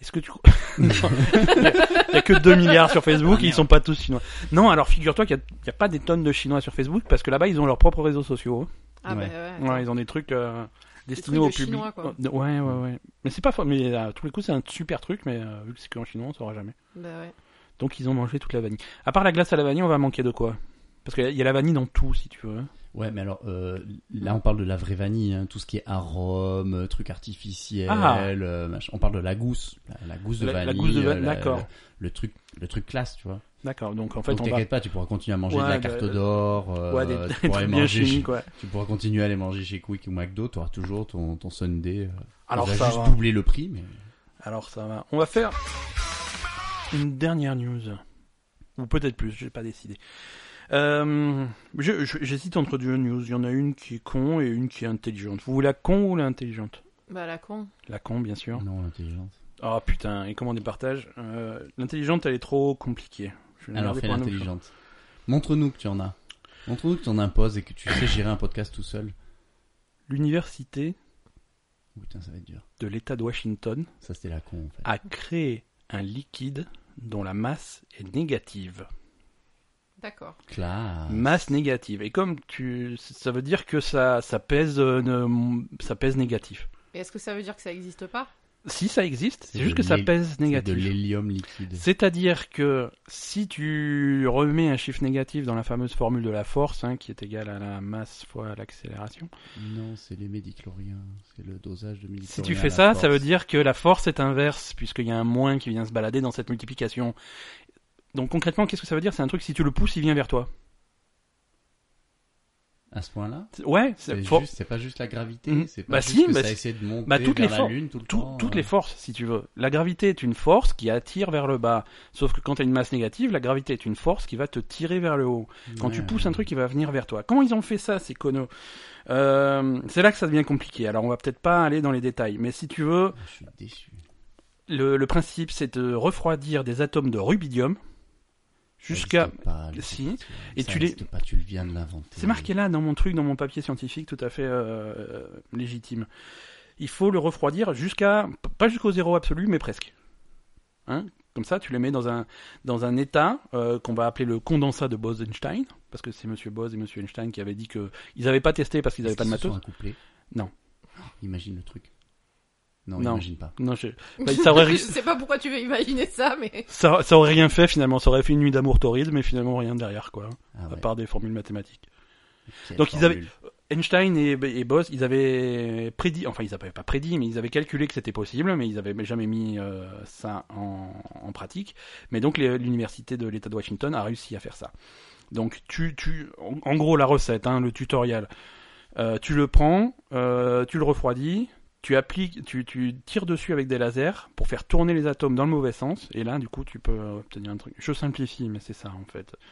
A: Est-ce que tu crois Non. Il y a- il y a que 2 milliards sur Facebook,
C: Ah,
A: et ils
C: merde.
A: sont pas tous chinois. Non, alors figure-toi qu'il y a, il y a pas des tonnes de Chinois sur Facebook parce que là-bas ils ont leurs propres réseaux sociaux. hein.
B: Ah,
C: Ouais.
B: bah ouais.
A: Ouais, ils ont des trucs euh, destinés
B: trucs
A: au
B: de
A: public.
B: Chinois, quoi.
A: Oh, Ouais, ouais, ouais. Mais c'est pas faux. Mais à tous les coups c'est un super truc, mais euh, vu que c'est qu'en chinois on saura jamais.
B: Bah ouais.
A: Donc ils ont mangé toute la vanille. À part la glace à la vanille, on va manquer de quoi Parce qu'il y a la vanille dans tout, si tu veux.
C: Ouais, mais alors euh, là, on parle de la vraie vanille, hein, tout ce qui est arôme, euh, truc artificiel,
A: Ah.
C: euh, machin. on parle de la gousse, la, la gousse de
A: La- la
C: vanille,
A: gousse de va-
C: euh, la-
A: d'accord.
C: le, le truc, le truc classe, tu vois.
A: D'accord, donc en
C: En
A: fait on va...
C: t'inquiète pas, tu pourras continuer à manger
A: Ouais,
C: de la
A: bah,
C: carte
A: euh,
C: d'or, euh,
A: Ouais, des, des
C: tu, pourras aller
A: trucs bien
C: manger chez-
A: chimiques, ouais.
C: tu pourras continuer à aller manger chez Quick ou McDo, tu auras toujours ton, ton Sunday. euh,
A: Alors
C: on va
A: ça
C: juste
A: va.
C: doubler le prix, mais
A: Alors ça va. On va faire une dernière news. Ou peut-être plus, j'ai pas décidé. Euh, je- je- J'hésite entre deux news. Il y en a une qui est con et une qui est intelligente. Vous voulez la con ou la intelligente
B: Bah la con.
A: La con, bien sûr.
C: non, l'intelligence.
A: Oh putain, et comment on les partage Euh, L'intelligente, elle est trop compliquée. Je vais
C: Alors
A: garder
C: fais
A: pour un autre jour.
C: l'intelligente. Montre-nous que tu en as. Montre-nous que tu en imposes et que tu sais gérer un podcast tout seul. Oh,
A: L'université
C: Putain, ça va être dur.
A: de l'État de Washington
C: Ça, c'était la con, en fait.
A: a créé un liquide dont la masse est négative.
B: D'accord.
A: Ah.
C: Classe.
A: Masse négative. Et comme tu, ça veut dire que ça, ça pèse, euh, ne- ça pèse négatif.
B: Mais est-ce que ça veut dire que ça existe pas
A: Si ça existe,
C: C'est
A: c'est juste
C: de
A: que ça
C: l'hé-
A: pèse
C: C'est de
A: négatif.
C: l'hélium liquide.
A: C'est-à-dire que si tu remets un chiffre négatif dans la fameuse formule de la force, hein, qui est égale à la masse fois l'accélération,
C: Non, c'est les médicloriens. C'est le dosage de
A: si
C: médicloriens.
A: tu fais ça, ça veut dire que la force est inverse, puisqu'il y a un moins qui vient se balader dans cette multiplication. Donc concrètement, qu'est-ce que ça veut dire C'est un truc, si tu le pousses, il vient vers toi.
C: À ce point-là
A: C'est- Ouais,
C: C'est
A: c'est faut-
C: juste- c'est pas juste la gravité,
A: Mhm.
C: c'est pas
A: Bah
C: juste
A: si,
C: que
A: bah
C: ça
A: si.
C: essaie de monter
A: Bah, toutes
C: vers
A: les
C: la
A: forces.
C: lune tout le
A: tout-
C: temps.
A: toutes
C: euh.
A: les forces, si tu veux. La gravité est une force qui attire vers le bas. Sauf que quand tu as une masse négative, la gravité est une force qui va te tirer vers le haut. Quand tu
C: Ouais.
A: pousses un truc, il va venir vers toi. Comment ils ont fait ça, ces conos Euh, C'est là que ça devient compliqué. Alors, on va peut-être pas aller dans les détails, mais si tu veux,
C: Ah, Je suis déçu.
A: le, le principe, c'est de refroidir des atomes de rubidium
C: Ça
A: jusqu'à.
C: existe pas, le
A: si.
C: rubidium.
A: Et
C: Ça
A: tu les-
C: existe pas, tu le viens de l'inventer.
A: C'est marqué là dans mon truc, dans mon papier scientifique, tout à fait euh, euh, légitime. Il faut le refroidir jusqu'à, pas jusqu'au zéro absolu, mais presque. Hein Comme ça, tu les mets dans un, dans un état euh, qu'on va appeler le condensat de Bose-Einstein, parce que c'est Monsieur Bose et Monsieur Einstein qui avaient dit que ils n'avaient pas testé parce qu'ils n'avaient
C: Est-ce
A: pas de
C: qu'ils se
A: matos.
C: sont accouplés
A: Non.
C: Oh, Imagine le truc. Non,
A: Non.
C: imagine pas.
A: Non, je- Bah, ça aurait-
B: je sais pas pourquoi tu veux imaginer ça, mais
A: ça, ça aurait rien fait finalement, ça aurait fait une nuit d'amour torride, mais finalement rien derrière quoi, hein,
C: Ah
A: à
C: ouais,
A: part des formules mathématiques.
C: quelle
A: donc ils avaient-
C: formule.
A: Einstein et, et Bose, ils avaient prédit, enfin ils n'avaient pas prédit, mais ils avaient calculé que c'était possible, mais ils n'avaient jamais mis euh, ça en, en pratique. Mais donc les- l'université de l'État de Washington a réussi à faire ça. Donc tu, tu, en, en gros la recette, hein, le tutoriel, Euh, tu le prends, euh, tu le refroidis, tu appliques, tu, tu tires dessus avec des lasers pour faire tourner les atomes dans le mauvais sens, et là du coup tu peux obtenir un truc. Je simplifie, mais c'est ça en fait.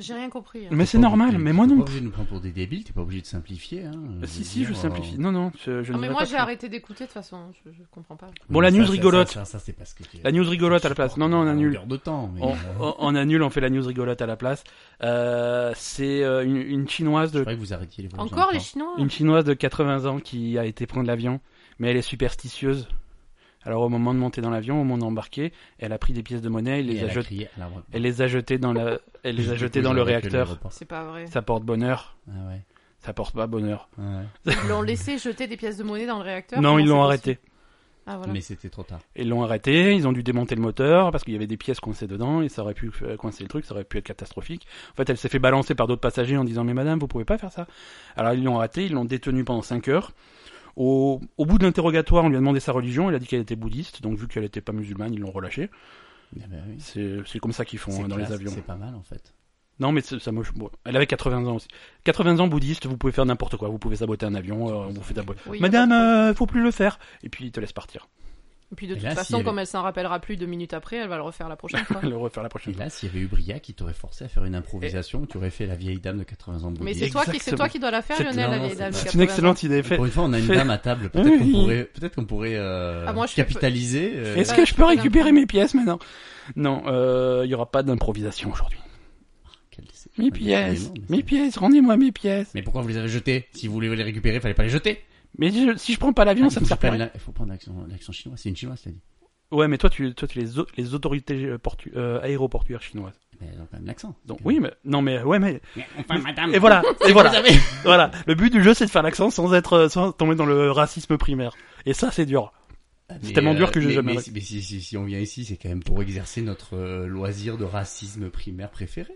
B: j'ai rien compris. hein.
A: Mais c'est
C: Pas
A: normal,
C: obligé-
A: mais moi
C: T'es
A: non.
C: pas obligé de nous prendre pour des débiles, t'es pas obligé de simplifier. hein, veux
A: Si si,
C: dire,
A: je
C: euh,
A: simplifie. Non non, je, je
B: Ah,
A: ne
B: mais
A: vais
B: moi
A: pas
B: j'ai
A: faire-
B: arrêté d'écouter de toute façon, je, je comprends pas.
A: Bon, la
C: ça,
A: news
C: ça,
A: rigolote.
C: Ça, ça, ça, c'est parce que t'es-
A: La news rigolote à la Oh,
C: tu Oh,
A: place.
C: supportes
A: Non, non, on
C: une
A: annule.
C: longueur de temps. mais,
A: On,
C: euh,
A: on- on annule, on fait la news rigolote à la place. Euh, c'est euh, une, une chinoise
C: Je
A: de
C: croyais que vous arrêtiez les voyages dans
B: Encore
C: le
B: les
C: temps.
B: Chinois hein.
A: une chinoise de 80 ans qui a été prendre l'avion, mais elle est superstitieuse. Alors au moment de monter dans l'avion, au moment d'embarquer, elle a pris des pièces de monnaie, elle
C: Et
A: les
C: elle
A: a
C: a
A: jetées,
C: crié à la-
A: elle les a jetées dans la, elle les a
C: Du
A: jetées
C: coup,
A: dans le
C: j'aurais fait
A: réacteur.
C: repas.
B: C'est pas vrai.
A: Ça porte bonheur,
C: Ah ouais.
A: ça porte pas bonheur.
C: ouais.
B: Ils l'ont laissé jeter des pièces de monnaie dans le réacteur
A: Non,
B: Comment
A: ils
B: c'est
A: l'ont
B: possible
A: arrêté.
B: Ah voilà.
C: Mais c'était trop tard.
A: Ils l'ont arrêté, ils ont dû démonter le moteur parce qu'il y avait des pièces coincées dedans et ça aurait pu euh, coincer le truc, ça aurait pu être catastrophique. En fait, elle s'est fait balancer par d'autres passagers en disant mais madame, vous pouvez pas faire ça. Alors ils l'ont arrêté, ils l'ont détenue pendant 5 heures. Au, au bout de l'interrogatoire, on lui a demandé sa religion, elle a dit qu'elle était bouddhiste, donc vu qu'elle n'était pas musulmane, ils l'ont relâchée.
C: Ah bah oui.
A: C'est c'est comme ça qu'ils font
C: C'est
A: hein, dans
C: classe,
A: les avions.
C: C'est pas mal en fait.
A: Non mais c'est- ça moi, je- bon, elle avait 80 ans aussi. 80 ans bouddhiste, vous pouvez faire n'importe quoi, vous pouvez saboter un avion, euh, vous faites saboter.
B: Oui,
A: Madame,
B: y a pas de
A: euh, faut plus le faire. Et puis ils te laissent partir.
B: Et puis de
C: Et
B: toute
C: là,
B: façon,
C: si euh, elle-
B: comme elle s'en rappellera plus deux minutes après, elle va le refaire la prochaine fois.
A: le refaire la prochaine
C: Et là, s'il y avait eu Briac, qui t'aurait forcé à faire une improvisation, tu aurais fait la vieille dame de 80 ans.
B: Mais
C: bouddhiste.
B: c'est toi, qui, c'est toi qui dois la faire,
A: C'est-
B: Lionel,
C: non,
B: elle
C: c'est-
B: est dame.
A: C'est
B: 80
A: une
B: ans.
A: excellente idée. Fait-
C: Pour une fois, on a une
A: Fait-
C: dame à table. Peut-être
A: Oui.
C: qu'on pourrait, peut-être qu'on pourrait euh,
B: Ah, moi, je fais-
C: capitaliser. euh,
A: Est-ce
B: Euh,
A: que
B: je
A: je peux
B: peux
A: récupérer
B: l'improviser.
A: mes pièces maintenant Non, euh, il y aura pas d'improvisation aujourd'hui.
C: quel décès.
A: Mes
C: Ah,
A: pièces,
C: décidément, mais
A: mes
C: c'est-
A: pièces, rendez-moi mes pièces.
C: Mais pourquoi vous les avez jetées Si vous voulez les récupérer, fallait pas les jeter.
A: Mais je- si je prends pas l'avion, ça me
C: Il faut
A: sert pas.
C: prendre la- Il faut prendre l'accent l'accent chinois. C'est une chinoise, t'as dit.
A: Ouais, mais toi, tu, toi, tu les, au- les autorités euh, portu- euh, aéroportuaires chinoises.
C: Mais elle a quand même l'accent.
A: Donc
C: C'est
A: oui, mais non, mais ouais, mais
C: quand même- Mais Enfin, madame. euh,
A: et voilà, et
C: Vous
A: voilà,
C: avez-
A: voilà. Le but du jeu, c'est de faire l'accent sans être, euh, sans tomber dans le racisme primaire. Et ça, c'est dur.
C: Mais,
A: tellement dur
C: euh,
A: que j'ai
C: mais-
A: jamais
C: Mais,
A: ré-
C: si- mais si, si- si on vient ici, c'est quand même pour exercer notre euh, loisir de racisme primaire préféré.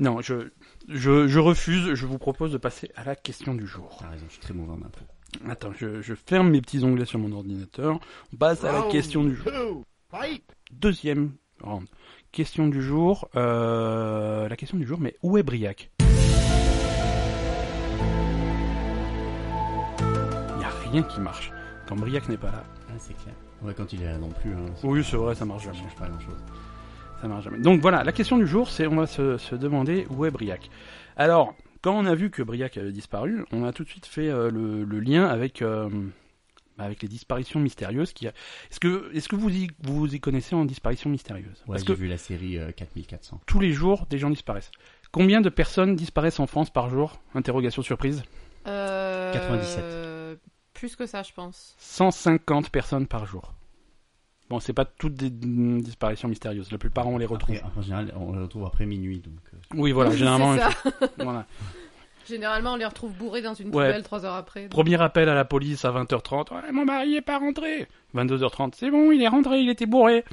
A: Non, je, je, je refuse. Je vous propose de passer à la question du jour.
C: T'as raison, je suis très mauvais en impro.
A: Attends, je, je ferme mes petits onglets sur mon ordinateur. On passe à la question du jour. Deuxième round. Question du jour. euh, la question du jour, mais où est Briac Il n'y a rien qui marche quand Briac n'est pas là.
C: Ah, c'est clair. Ouais, quand il est là non plus. Hein,
A: Oui,
C: pas-
A: c'est vrai, ça marche
C: Ça
A: jamais.
C: change pas grand chose.
A: Ça marche jamais. Donc voilà, la question du jour, c'est on va se, se demander où est Briac. Alors, quand on a vu que Briac avait disparu, on a tout de suite fait euh, le, le lien avec, euh, bah, avec les disparitions mystérieuses. qui a- Est-ce que, est que vous y, vous y connaissez en disparitions mystérieuses
C: Ouais,
A: Parce
C: j'ai
A: que
C: vu la série euh, 4400.
A: tous les jours, des gens disparaissent. Combien de personnes disparaissent en France par jour Interrogation surprise.
B: Euh,
C: 97.
B: Plus que ça, je pense.
A: 150 personnes par jour. Bon, c'est pas toutes des mm, disparitions mystérieuses. La plupart,
C: Ah,
A: on les retrouve.
C: Après, en général, on les retrouve après minuit, donc. euh,
A: Oui, voilà, généralement.
B: C'est ça.
A: voilà.
B: Généralement, on les retrouve bourrés dans une
A: Ouais.
B: poubelle trois heures après. donc-
A: Premier appel à la police à 20h30. Ouais, mon mari est pas rentré. 22h30, c'est bon, il est rentré, il était bourré.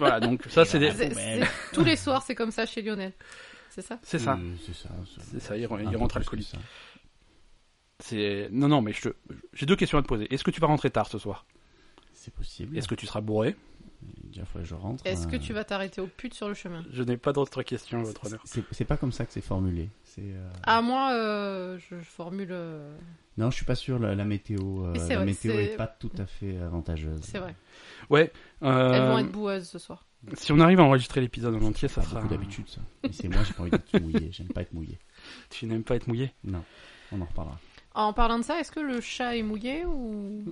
A: voilà, donc ça c'est des...
C: Ah,
B: C'est- c'est-
C: poubelle.
B: Tous les soirs, c'est comme ça chez Lionel. C'est ça
A: c'est ça.
C: euh, C'est ça.
A: C'est ça, il, re- il
C: un peu
A: rentre
C: plus
A: alcoolique.
C: que ça.
A: C'est non non, mais je te- j'ai deux questions à te poser. Est-ce que tu vas rentrer tard ce soir
C: c'est possible.
A: Est-ce que tu seras bourré
C: Déjà, faudrait que je rentre.
B: Est-ce que
C: euh,
B: tu vas t'arrêter aux putes sur le chemin
A: Je n'ai pas d'autres questions, votre honneur.
C: c'est- C'est pas comme ça que c'est formulé. C'est. euh,
B: Ah, moi, euh, je je formule. euh,
C: Non, je suis pas sûr. La, la météo, euh,
B: Mais c'est
C: la
B: vrai,
C: météo
B: c'est-
C: est pas tout à fait euh, avantageuse.
B: C'est vrai.
A: Ouais. euh,
B: Elles vont être boueuses ce soir.
A: Si on arrive à enregistrer l'épisode en entier,
C: Ça
A: ça sera.
C: beaucoup d'habitude, ça. Mais c'est moi, j'ai pas envie d'être mouillé. J'aime pas être mouillé.
A: Tu n'aimes pas être mouillé
C: Non, on en reparlera.
B: En parlant de ça, est-ce que le chat est mouillé ou.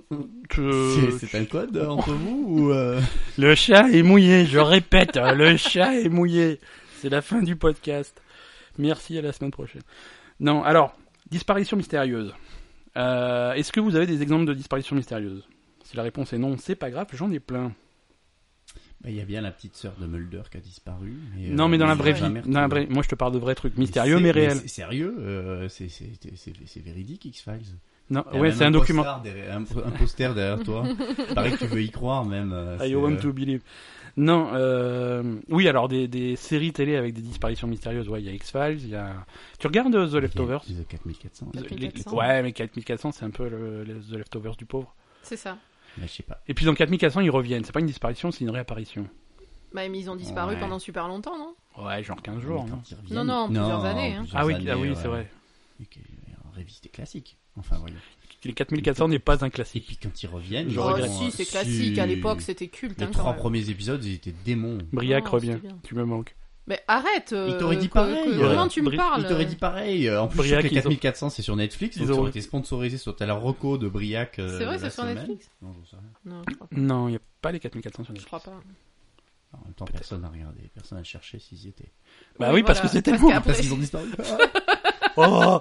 A: Que-
C: C'est c'est un code euh, entre vous ou euh,
A: Le chat est mouillé, je répète, hein, le chat est mouillé. C'est la fin du podcast. Merci à la semaine prochaine. Non, alors, disparition mystérieuse. Euh, Est-ce que vous avez des exemples de disparitions mystérieuses Si la réponse est non, c'est pas grave, j'en ai plein.
C: Bah, Il y a bien la petite sœur de Mulder qui a disparu. et, euh,
A: non, mais dans la
C: on
A: vraie
C: l'a
A: vie,
C: jamais
A: dans la
C: retrouvée.
A: vraie- moi je te parle de vrais trucs
C: Mais
A: mystérieux
C: c'est-
A: mais
C: mais
A: réels.
C: c'est Sérieux, euh, c'est- c'est c'est- c'est- c'est véridique X-Files.
A: Non,
C: Il y a
A: ouais,
C: même
A: c'est un document.
C: poster derrière- un, un poster derrière toi. Pareil que tu veux y croire même. euh,
A: I
C: c'est,
A: Ah, want
C: euh,
A: to believe. Non, euh, oui, alors des, des séries télé avec des disparitions mystérieuses, ouais, il y a X-Files, il y a... Tu regardes euh, The Leftovers
C: The 4400.
A: The- les-
B: 4400.
A: Ouais, mais 4400, c'est un peu le, le- The Leftovers du pauvre.
B: C'est ça.
C: Bah, je sais pas.
A: Et puis dans 4400, ils reviennent. C'est pas une disparition, c'est une réapparition.
B: Bah, mais ils ont disparu
C: Ouais.
B: pendant super longtemps, non
A: Ouais, genre 15
C: Mais
A: jours.
C: quand
A: non
C: ils reviennent-
B: non, plusieurs années, hein.
C: plusieurs
A: hein. Ah oui, ah
C: années,
A: oui
C: ouais.
A: c'est vrai.
C: Et que- euh, En révisité classique. Enfin, voyons.
A: Les 4400 n'est pas un
C: Et
A: classique.
C: puis quand ils reviennent,
A: Je
C: ils
B: Oh,
A: regrette.
C: sont,
B: si,
C: euh,
B: c'est classique. À l'époque, c'était culte.
C: Les
B: hein, quand
C: trois
B: même.
C: premiers épisodes, ils étaient démons.
A: Briac
B: Non,
A: revient.
B: c'était bien.
A: Tu me manques.
B: Mais arrête
C: Il t'aurait
B: euh,
C: dit
B: que-
C: pareil.
B: que-
C: Ouais.
B: Comment tu me
A: Bri-
B: parles
C: Il t'aurait dit pareil. euh, En plus,
A: Briac,
C: je sais que
A: ils
C: les
A: ont-
C: 4400, c'est sur Netflix. Donc,
A: ils
C: ça
A: ont-
C: aurait été sponsorisé sur ta la reco de Briac. euh,
B: C'est vrai,
C: la
B: c'est sur
C: semaine.
B: Netflix
C: Non, j'en sais rien.
B: Non, je crois pas.
A: Non, il n'y a pas les 4400 sur
B: Je
A: Netflix.
B: crois pas.
C: En même temps, personne n'a regardé. Personne n'a cherché s'ils y étaient.
A: Bah
B: Oui,
A: oui, parce
B: voilà.
A: que c'était
B: Parce
A: bon.
B: qu'après-
C: Parce qu'ils ont disparu.
A: Oh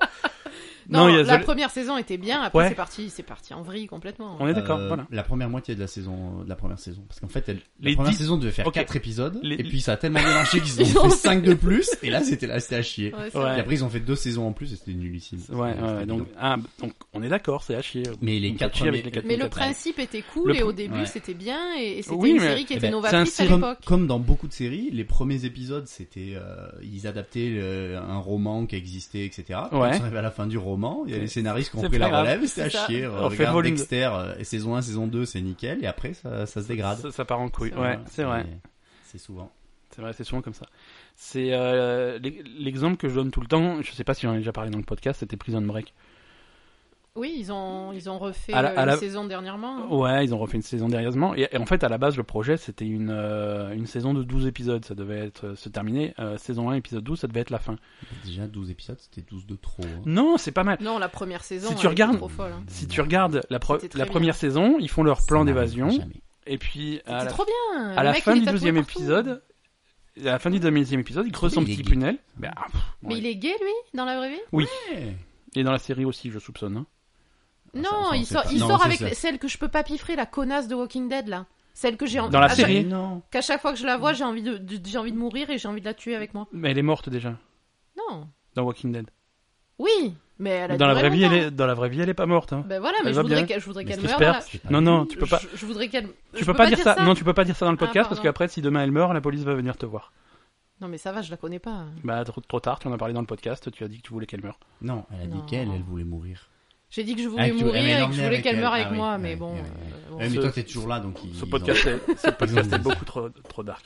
B: Non,
A: Non, il y a
B: la
A: The-
B: première saison était bien. Après,
A: Ouais.
B: c'est parti, c'est parti en vrille complètement.
A: On est Ah, d'accord,
C: Euh,
A: voilà.
C: La première moitié de la saison, euh, de la première saison, parce qu'en fait, elle,
A: Les
C: la première
A: dix-
C: saison devait faire
A: Ok.
C: quatre épisodes,
A: Les-
C: et puis ça a tellement bien marché qu'ils
B: Ils
C: en
B: ont
C: ont fait
B: fait-
C: 5 de plus, et là c'était là c'était à chier.
B: Ouais, c'est
A: Ouais.
B: vrai.
C: Et après ils ont fait deux saisons en plus et c'était nullissime.
A: Ouais, ouais,
C: C'était- c'était
A: donc,
C: bidon.
A: ah, donc on est d'accord, c'est à chier.
C: mais les
A: On
C: quatre
A: peut chier avec
C: premiers-
A: les quatre
B: Mais le
A: Peut-être.
B: principe était cool
A: Le
B: et au
A: pr-
B: début
C: ouais.
B: c'était bien et, et c'était
A: Oui,
B: une
A: mais-
B: série qui
C: Eh
B: était
C: ben,
B: novatrice
A: c'est
B: à
A: un
C: comme,
B: l'époque.
C: comme dans beaucoup de séries, les premiers épisodes c'était euh, ils adaptaient euh, un roman qui existait, etc. Quand
A: Ouais.
C: on arrive à la fin du roman, il y a les scénaristes qui ont
A: C'est
C: pris
A: pas
C: la
A: grave.
C: relève, c'était à
B: C'est ça.
C: chier.
A: On fait
C: Regarde
A: volume.
C: Dexter, euh, et saison 1, saison 2 c'est nickel, et après ça, ça se dégrade.
A: Ça, ça part en couille.
B: C'est
A: Ouais, c'est vrai.
C: C'est souvent.
A: C'est vrai, c'est souvent comme ça. C'est euh, l'e- l'exemple que je donne tout le temps. Je sais pas si j'en ai déjà parlé dans le podcast. C'était Prison Break.
B: Oui, ils ont ils ont refait
A: À la-
B: euh,
A: à
B: une
A: la- Oh.
B: saison dernièrement.
A: Ouais, ils ont refait une saison derrièreusement. Et, et en fait, à la base, le projet c'était une euh, une saison de 12 épisodes. Ça devait être euh, se terminer euh, saison 1 épisode 12. Ça devait être la fin.
C: Déjà 12 épisodes, c'était 12 de trop. hein. Mmh.
A: Non, c'est pas mal.
B: Non, la première saison.
A: Si tu
B: elle était
A: regardes-
B: trop folle. hein.
A: Si tu regardes la, pre-
B: C'était très
A: la
B: bien.
A: première saison, ils font leur
C: Ça
A: plan
C: n'arrivera
A: d'évasion.
C: jamais.
A: Et puis à la,
B: C'était trop bien.
A: à
B: Le
A: la
B: mec,
A: fin
B: il est
A: du
B: tatoué
A: deuxième
B: partout.
A: épisode, à la fin du deuxième épisode, il creuse son
C: Il est
A: petit
C: gay.
A: tunnel. Ben, ah, pff,
B: Mais
A: ouais.
B: il est gay lui dans la vraie vie Eh,
C: Ouais.
A: Et dans la série aussi, je soupçonne. hein.
C: ça, ça,
B: Non,
C: on
B: il
C: sait
B: sort
C: pas.
B: il
C: Non,
B: sort
C: c'est
B: avec
C: ça.
B: les- celle que je peux pas piffrer, la connasse de Walking Dead là. Celle que j'ai envie.
A: Dans la
B: à chaque-
A: série
C: Non.
B: Qu'à chaque fois que je la vois, j'ai envie de, de- j'ai envie de mourir et j'ai envie de la tuer avec moi.
A: Mais elle est morte déjà
B: Non.
A: dans Walking Dead.
B: Oui, mais elle a
A: dans la
B: duré
A: vraie vie, elle
B: longtemps.
A: est dans la vraie vie, elle est pas morte. hein.
B: Ben voilà,
A: Elle
B: mais je
A: va bien.
B: voudrais, qu'elle- je voudrais
C: Mais
B: qu'elle
A: c'est
B: meure.
A: super,
B: dans la-
A: c'est Non, non, tu peux pas.
B: Je, je voudrais qu'elle.
A: Tu
B: je
A: peux, pas, dire ça. Non, tu peux pas dire ça dans le
B: Ah,
A: podcast parce
B: pardon.
A: qu'après, si demain elle meurt, la police va venir te voir.
B: Non, mais ça va, je la connais pas.
A: Bah trop, trop tard. Tu en as parlé dans le podcast. Tu as dit que tu voulais qu'elle meure.
C: Non, elle a dit
B: Non.
C: qu'elle, elle voulait mourir.
B: J'ai dit que je
C: Ah,
B: voulais
C: que tu- elle
B: mourir
C: est
B: et que
C: emmenée
B: je voulais
C: avec
B: qu'elle
C: elle.
B: meure
C: Ah
B: avec
C: oui,
B: moi,
C: oui,
B: mais
C: oui,
B: bon.
C: oui.
B: euh, bon.
C: Eh, mais
A: ce-
C: toi, t'es toujours là, donc ils-
A: Ce
C: ils
A: podcast, est, ce podcast
C: Ils ont
A: est
C: dit
A: beaucoup trop, trop dark.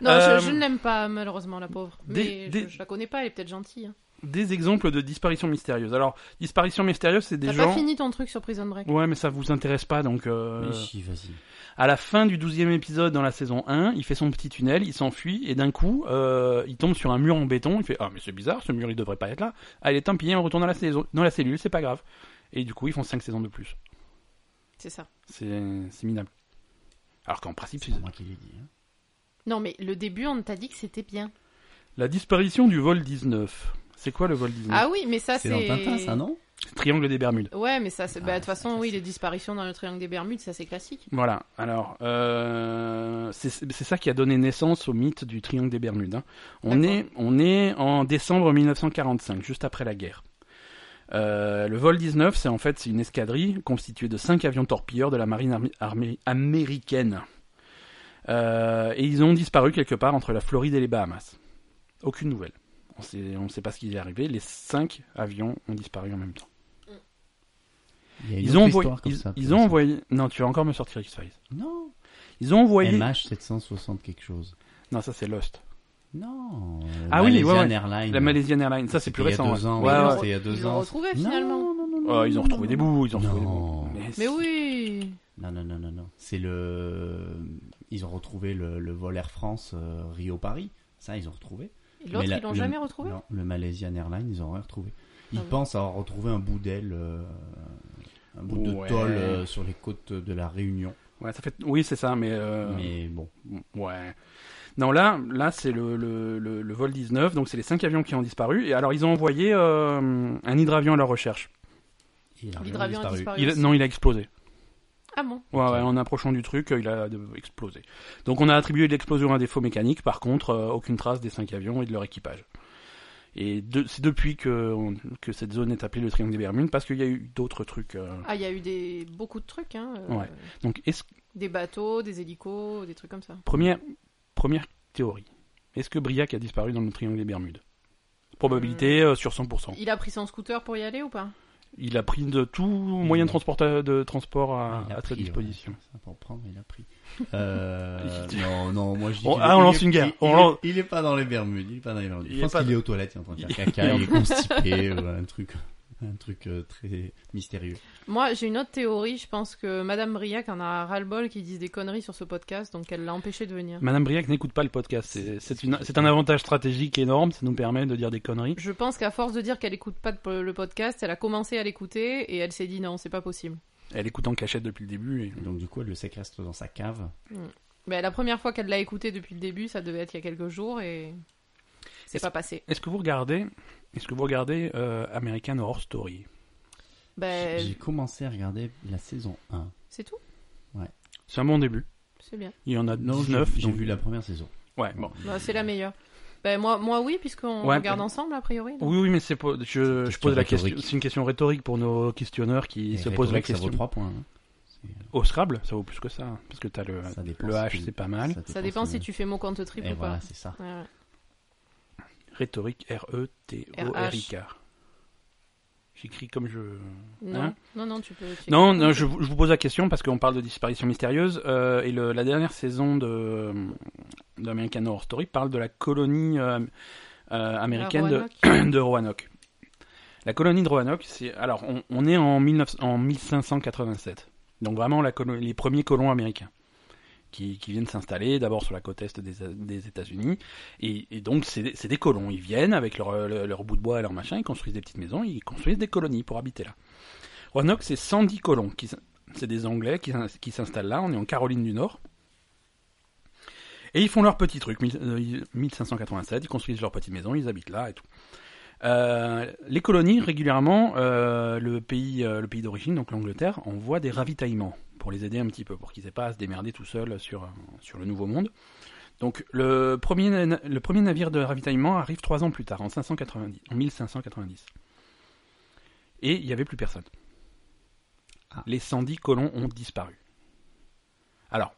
B: Non, je-
A: Euh,
B: je, ne l'aime pas, malheureusement, la pauvre.
A: des-
B: Mais
A: des-
B: je, je la connais pas, elle est peut-être gentille. hein.
A: Des exemples de disparitions mystérieuses. Alors, disparitions mystérieuses, c'est des
B: T'as
A: gens.
B: pas fini ton truc sur Prison Break
A: Ouais, mais ça vous intéresse pas, donc. euh,
C: ont- Mais si, vas-y.
A: À la fin du 12 épisode dans la saison 1, il fait son petit tunnel, il s'enfuit, et d'un coup, euh, il tombe sur un mur en béton, il fait Ah, mais c'est bizarre, ce mur il devrait pas être là. Allez, tant pis, on retourne dans la, saison, dans la cellule, c'est pas grave. Et du coup, ils font 5 saisons de plus.
B: C'est ça.
A: C'est c'est minable. Alors qu'en principe,
C: C'est
A: c'est-
C: pas moi qui l'ai dit. hein.
B: Non, mais le début, on t'a dit que c'était bien.
A: la disparition du vol 19. C'est quoi le vol 19
B: Ah oui, mais ça,
C: C'est
B: c'est.
C: dans Tintin, ça, non
A: Triangle des Bermudes.
B: Ouais, mais ça, c'est. bah, De
C: Ah,
B: toute
C: c'est
B: façon, oui,
C: classique.
B: les disparitions dans le triangle des Bermudes, ça, c'est classique.
A: Voilà, alors, euh, c'est c'est ça qui a donné naissance au mythe du triangle des Bermudes. hein. On,
B: D'accord.
A: est, on est en décembre 1945, juste après la guerre. Euh, le vol 19, c'est en fait c'est une escadrille constituée de cinq avions torpilleurs de la marine armi- armée américaine. Euh, et ils ont disparu quelque part entre la Floride et les Bahamas. Aucune nouvelle. On sait- on ne sait pas ce qui est arrivé. Les cinq avions ont disparu en même temps.
C: Il y a une
A: Ils
C: autre
A: ont
C: histoire
A: envoyé,
C: comme
A: ils,
C: ça,
A: ils
C: comme
A: ont
C: ça.
A: envoyé. Non, tu vas encore me sortir X-Files.
C: Non.
A: Ils ont envoyé.
C: MH760 quelque chose.
A: Non, ça c'est Lost.
C: Non.
A: Ah oui, ouais,
C: Malaysian
A: ouais.
C: Airlines.
A: La Malaysian Airlines, ça c'est plus récent.
C: Il y a
A: ouais.
C: deux ans.
A: Ouais,
B: Mais
A: ouais.
B: non,
C: C'était il y a deux
B: Ils l'ont
C: ans.
B: retrouvé
C: Non,
B: finalement.
C: non, non, non,
A: Euh, ils ont
C: non,
A: retrouvé
C: non,
A: des
C: non.
A: bouts, ils ont retrouvé des
C: Non.
A: bouts.
B: Mais oui.
C: Non, non, non, non, non. C'est le. Ils ont retrouvé le, le vol Air France euh, Rio-Paris. Ça, ils ont retrouvé.
B: Et L'autre,
C: Mais la-
B: ils l'ont
C: le-
B: jamais retrouvé.
C: Non, le Malaysian Airlines, ils ont rien retrouvé. Ils
B: Ah bon.
C: pensent avoir retrouvé un bout d'aile, euh, un bout
A: Ouais.
C: de tôle euh, sur les côtes de la Réunion.
A: Ouais, ça fait. Oui, c'est ça, mais. euh,
C: Mais bon.
A: Ouais. Non, là, là c'est le, le, le, le vol 19, donc c'est les 5 avions qui ont disparu. Et alors, ils ont envoyé euh, un hydravion à leur recherche.
C: Il a
B: L'hydravion a
C: disparu.
B: disparu.
A: Il,
B: aussi.
A: non, il a explosé.
B: Ah bon.
A: Ouais,
C: Ok.
A: ouais, en approchant du truc, euh, il a euh, explosé. Donc, on a attribué l'explosion à un défaut mécanique. Par contre, euh, aucune trace des 5 avions et de leur équipage. Et de- c'est depuis que, on- que cette zone est appelée le Triangle des Bermudes, parce qu'il y a eu d'autres trucs. euh.
B: Ah, il y a eu des beaucoup de trucs. Hein, euh,
A: Ouais. Donc, est-ce
B: Des bateaux, des hélicos, des trucs comme ça.
A: Première, première théorie. Est-ce que Briac a disparu dans le triangle des Bermudes Probabilité euh, sur 100%.
B: Il a pris son scooter pour y aller ou pas
A: Il a pris de tout moyen de transport, de transport à,
C: Il
A: Ah, à
C: a
A: sa
C: pris, ouais,
A: disposition.
C: ça, pour prendre, il a pris. Euh, non, non, moi je dis.
A: On-
C: qu'il
A: ah,
C: est-
A: on
C: il
A: lance
C: est-
A: une guerre.
C: il-
A: On
C: il-
A: lance-
C: Il est pas dans les Bermudes. Il est pas dans les Bermudes.
A: Il
C: Je
A: est
C: pense
A: pas-
C: qu'il est aux toilettes, il est en train de
A: Il-
C: faire caca, il est constipé, ou un truc, un truc euh, très mystérieux.
B: Moi, j'ai une autre théorie. Je pense que Madame Briac en a ras-le-bol qui disent des conneries sur ce podcast, donc elle l'a empêché de venir.
A: Madame Briac n'écoute pas le podcast. C'est- C'est une- c'est un avantage stratégique énorme. Ça nous permet de dire des conneries.
B: Je pense qu'à force de dire qu'elle écoute pas de- le podcast, elle a commencé à l'écouter et elle s'est dit non, c'est pas possible.
A: Elle écoute en cachette depuis le début. et-
C: Donc du coup, elle le séquestre dans sa cave.
B: Mais la première fois qu'elle l'a écouté depuis le début, ça devait être il y a quelques jours et c'est
A: Est-ce-
B: pas passé.
A: Est-ce que vous regardez, est-ce que vous regardez euh, American Horror Story
B: Ben,
C: J'ai commencé à regarder la saison 1.
B: c'est tout,
A: C'est un bon début.
B: c'est bien.
A: Il y en a
C: Non, j'ai-
A: 19.
C: j'ai
A: Euh, donc-
C: vu la première saison.
A: Ouais, bon.
B: Bah, c'est la meilleure. Ben, moi, moi oui, puisqu'on
A: Ouais,
B: regarde
A: ben-
B: ensemble a priori. donc.
A: Oui, oui, mais c'est pas- je, je
C: question
A: pose la
C: rhétorique.
A: question. C'est une question rhétorique pour nos questionneurs qui
C: Et
A: se posent la
C: Rhetoric, Ça
A: question.
C: vaut 3 points. hein.
A: Au Scrabble, ça vaut plus que ça, hein, parce que t'as le,
C: Ça dépend
A: le
C: si
A: H,
C: tu-
A: c'est pas mal.
B: Ça dépend si
C: de-
B: tu fais mon compte triple
C: Et
B: ou pas.
C: voilà, c'est ça.
A: Hein
B: Ouais, ouais.
A: Rhétorique, E R-E-T-O-R-I-K. J'écris comme je...
B: Non.
A: Hein
B: non, non, tu peux. tu-
A: Non, non, je, vous je vous pose la question parce qu'on parle de disparition mystérieuse, euh, et le- la dernière saison de euh, d'American Horror Story parle de la colonie euh, euh,
B: La
A: américaine de,
B: Roanoke.
A: de Roanoke. La colonie de Roanoke, c'est alors on, on est en, 19 en 1587, donc vraiment la colo- les premiers colons américains qui, qui viennent s'installer d'abord sur la côte est des, des États-Unis, et, et donc c'est des- c'est des colons, ils viennent avec leur, leur, leur bout de bois et leur machin, ils construisent des petites maisons, ils construisent des colonies pour habiter là. Roanoke, c'est 110 colons, qui s- c'est des Anglais qui, s'in- qui s'installent là, on est en Caroline du Nord. Et ils font leur petit truc, mille- euh, ils- 1587, ils construisent leur petite maison, ils habitent là et tout. Euh, les colonies, régulièrement, euh, le pays, euh, le pays d'origine, donc l'Angleterre, envoie des ravitaillements pour les aider un petit peu, pour qu'ils aient pas à se démerder tout seuls sur, euh, sur le Nouveau Monde. Donc le premier, na- le premier navire de ravitaillement arrive trois ans plus tard, en, 590, en 1590. Et il n'y avait plus personne.
C: Ah.
A: Les 110 colons ont disparu. Alors,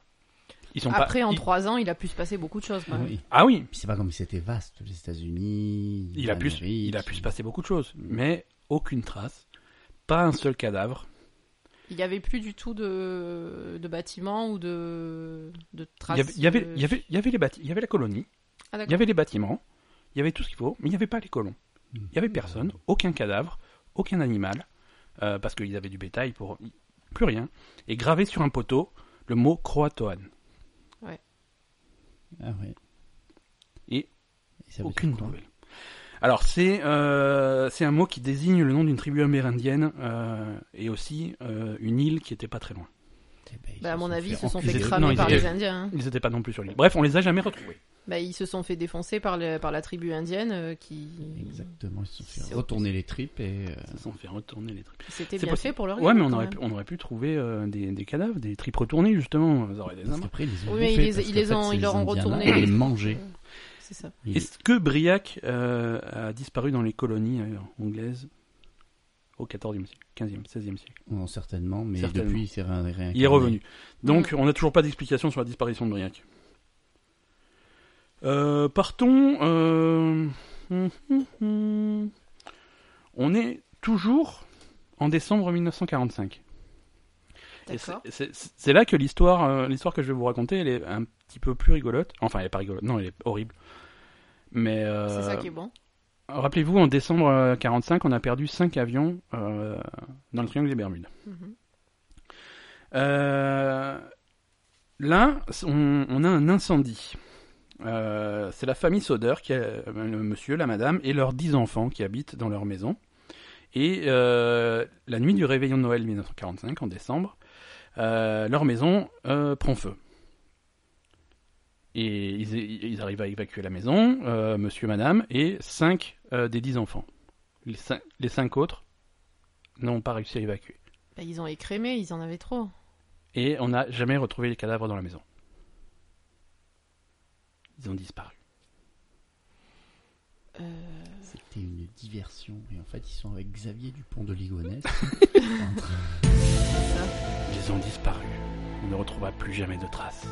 A: ils sont
B: Après,
A: pas...
B: en
A: ils-
B: trois ans, il a pu se passer beaucoup de choses. quand
C: Ah
B: même.
C: oui.
A: Ah oui,
C: Puis c'est pas comme si c'était vaste, les États-Unis.
A: il a, pu, se-
C: l'Amérique.
A: il a pu se passer beaucoup de choses, mais aucune trace, pas un seul cadavre.
B: Il n'y avait plus du tout de, de bâtiments ou de, de
A: Il
B: traces.
A: y avait, il y avait,
B: de-
A: il y avait, il y avait les bâti- il y avait la colonie, il
B: Ah,
A: y
B: d'accord.
A: avait les bâtiments, il y avait tout ce qu'il faut, mais il n'y avait pas les colons. Il n'y avait personne, aucun cadavre, aucun animal, euh, parce qu'ils avaient du bétail pour plus rien. Et gravé sur un poteau, le mot Croatoan.
C: Ah ouais.
A: Et
C: ça veut
A: Aucune
C: dire quoi
A: nouvelle. Alors c'est euh, c'est un mot qui désigne le nom d'une tribu amérindienne euh, et aussi euh, une île qui était pas très loin.
C: Eh ben, ils
B: Bah, à
C: se
B: mon
C: sont
B: avis, ils se
C: enculer.
B: sont
A: enculer.
B: fait
A: Non,
B: cramer
A: ils
B: par
A: étaient-
B: les Indiens. hein.
A: Ils n'étaient pas non plus sur l'île. Bref, on les a jamais retrouvés.
B: Bah, ils se sont fait défoncer par, le- par la tribu indienne euh, qui,
C: Exactement, ils se sont
B: C'est-
C: fait retourner les tripes et. euh,
A: Ils se sont fait retourner les tripes.
B: qui s'étaient
A: C'est
B: bien
A: possible.
B: fait pour leur
A: Ouais, mais on
B: quand
A: aurait
B: même.
A: pu, on aurait pu trouver euh, des, des cadavres, des tripes retournées justement. euh, Vous aurez des
C: Parce
A: indices.
C: qu'après, ils les ont
B: Oui, mais
C: bouffés,
B: ils-
C: parce
B: ils
C: qu'en
B: les ont-
C: fait,
B: ils
C: ces
B: leur ont
C: Indiens-là,
B: retourné
C: Ils
B: les-
C: les mangés.
B: C'est ça.
C: Ils-
A: Est-ce que Briac euh, a disparu dans les colonies euh, anglaises au 14e siècle, 15e, 16e siècle
C: Non, certainement, mais
A: Certainement.
C: depuis, il s'est ré- réincarné.
A: Il est revenu. Donc,
B: Mm.
A: on n'a toujours pas d'explication sur la disparition de Briac. Euh, partons. euh, hum, hum, hum. On est toujours en décembre 1945. Et c'est-
B: D'accord.
A: c'est- C'est là que l'histoire, euh, l'histoire que je vais vous raconter, elle est un petit peu plus rigolote. Enfin, elle est pas rigolote, non, elle est horrible. Mais euh,
B: C'est ça qui est bon.
A: rappelez-vous, en décembre euh, 45, on a perdu 5 avions euh, dans le triangle des Bermudes.
B: Mhm.
A: Euh, là, on, on a un incendie. Euh, c'est la famille Soder, qui a, le monsieur, la madame et leurs dix enfants qui habitent dans leur maison. Et euh, la nuit du réveillon de Noël 1945, en décembre, euh, leur maison euh, prend feu. Et ils, ils arrivent à évacuer la maison, euh, monsieur, madame, et cinq euh, des dix enfants. Les cinq, les cinq autres n'ont pas réussi à évacuer.
B: Bah, ils ont écrémé, ils en avaient trop.
A: Et on n'a jamais retrouvé les cadavres dans la maison. Ils ont disparu.
B: Euh,
C: C'était une diversion. Et en fait, ils sont avec Xavier Dupont de Ligonnès. en train-
A: Ils ont disparu. On ne retrouvera plus jamais de traces.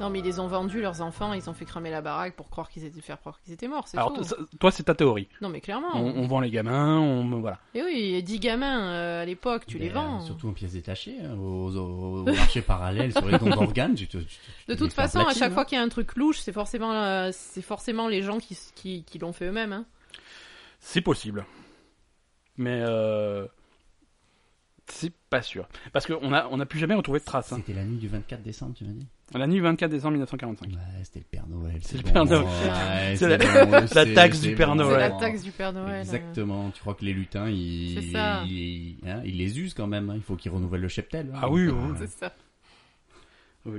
B: Non, mais ils les ont vendus, leurs enfants, ils ont fait cramer la baraque pour croire qu'ils étaient, faire croire qu'ils étaient morts, c'est hein. Ah.
A: Alors,
B: tout.
A: t- ça- toi, c'est ta théorie.
B: Non, mais clairement.
A: On, on vend les gamins, on. Voilà.
B: Et oui, 10 gamins euh, à l'époque, tu les
C: Ben,
B: vends.
C: Surtout en pièces détachées, hein, aux, aux- aux marchés parallèles, sur les dons d'organes. tu te- tu te- tu te
B: De
C: les
B: toute
C: fais en
B: façon, à
C: platine,
B: chaque
C: hein.
B: fois qu'il y a un truc louche, c'est forcément, euh, c'est forcément les gens qui, s- qui, qui l'ont fait eux-mêmes. hein.
A: C'est possible. Mais. Euh... C'est pas sûr. Parce qu'on n'a on a plus jamais retrouvé de traces. hein.
C: C'était la nuit du 24 décembre, tu m'as dit
A: La nuit 24 décembre 1945.
C: Ouais, c'était le Père Noël.
A: C'est le
C: bon,
A: Père Noël.
C: ouais,
A: C'est la-
C: bon, on le
A: la
C: sait,
A: taxe du
C: c'est
A: Père
C: bon.
A: Noël.
B: C'est la taxe du Père Noël. euh.
C: Exactement. Tu crois que les lutins, ils,
B: C'est ça.
C: ils, hein, ils les usent quand même. hein. Il faut qu'ils renouvellent le cheptel. hein.
A: Ah oui,
C: Donc,
A: oui.
C: euh,
B: C'est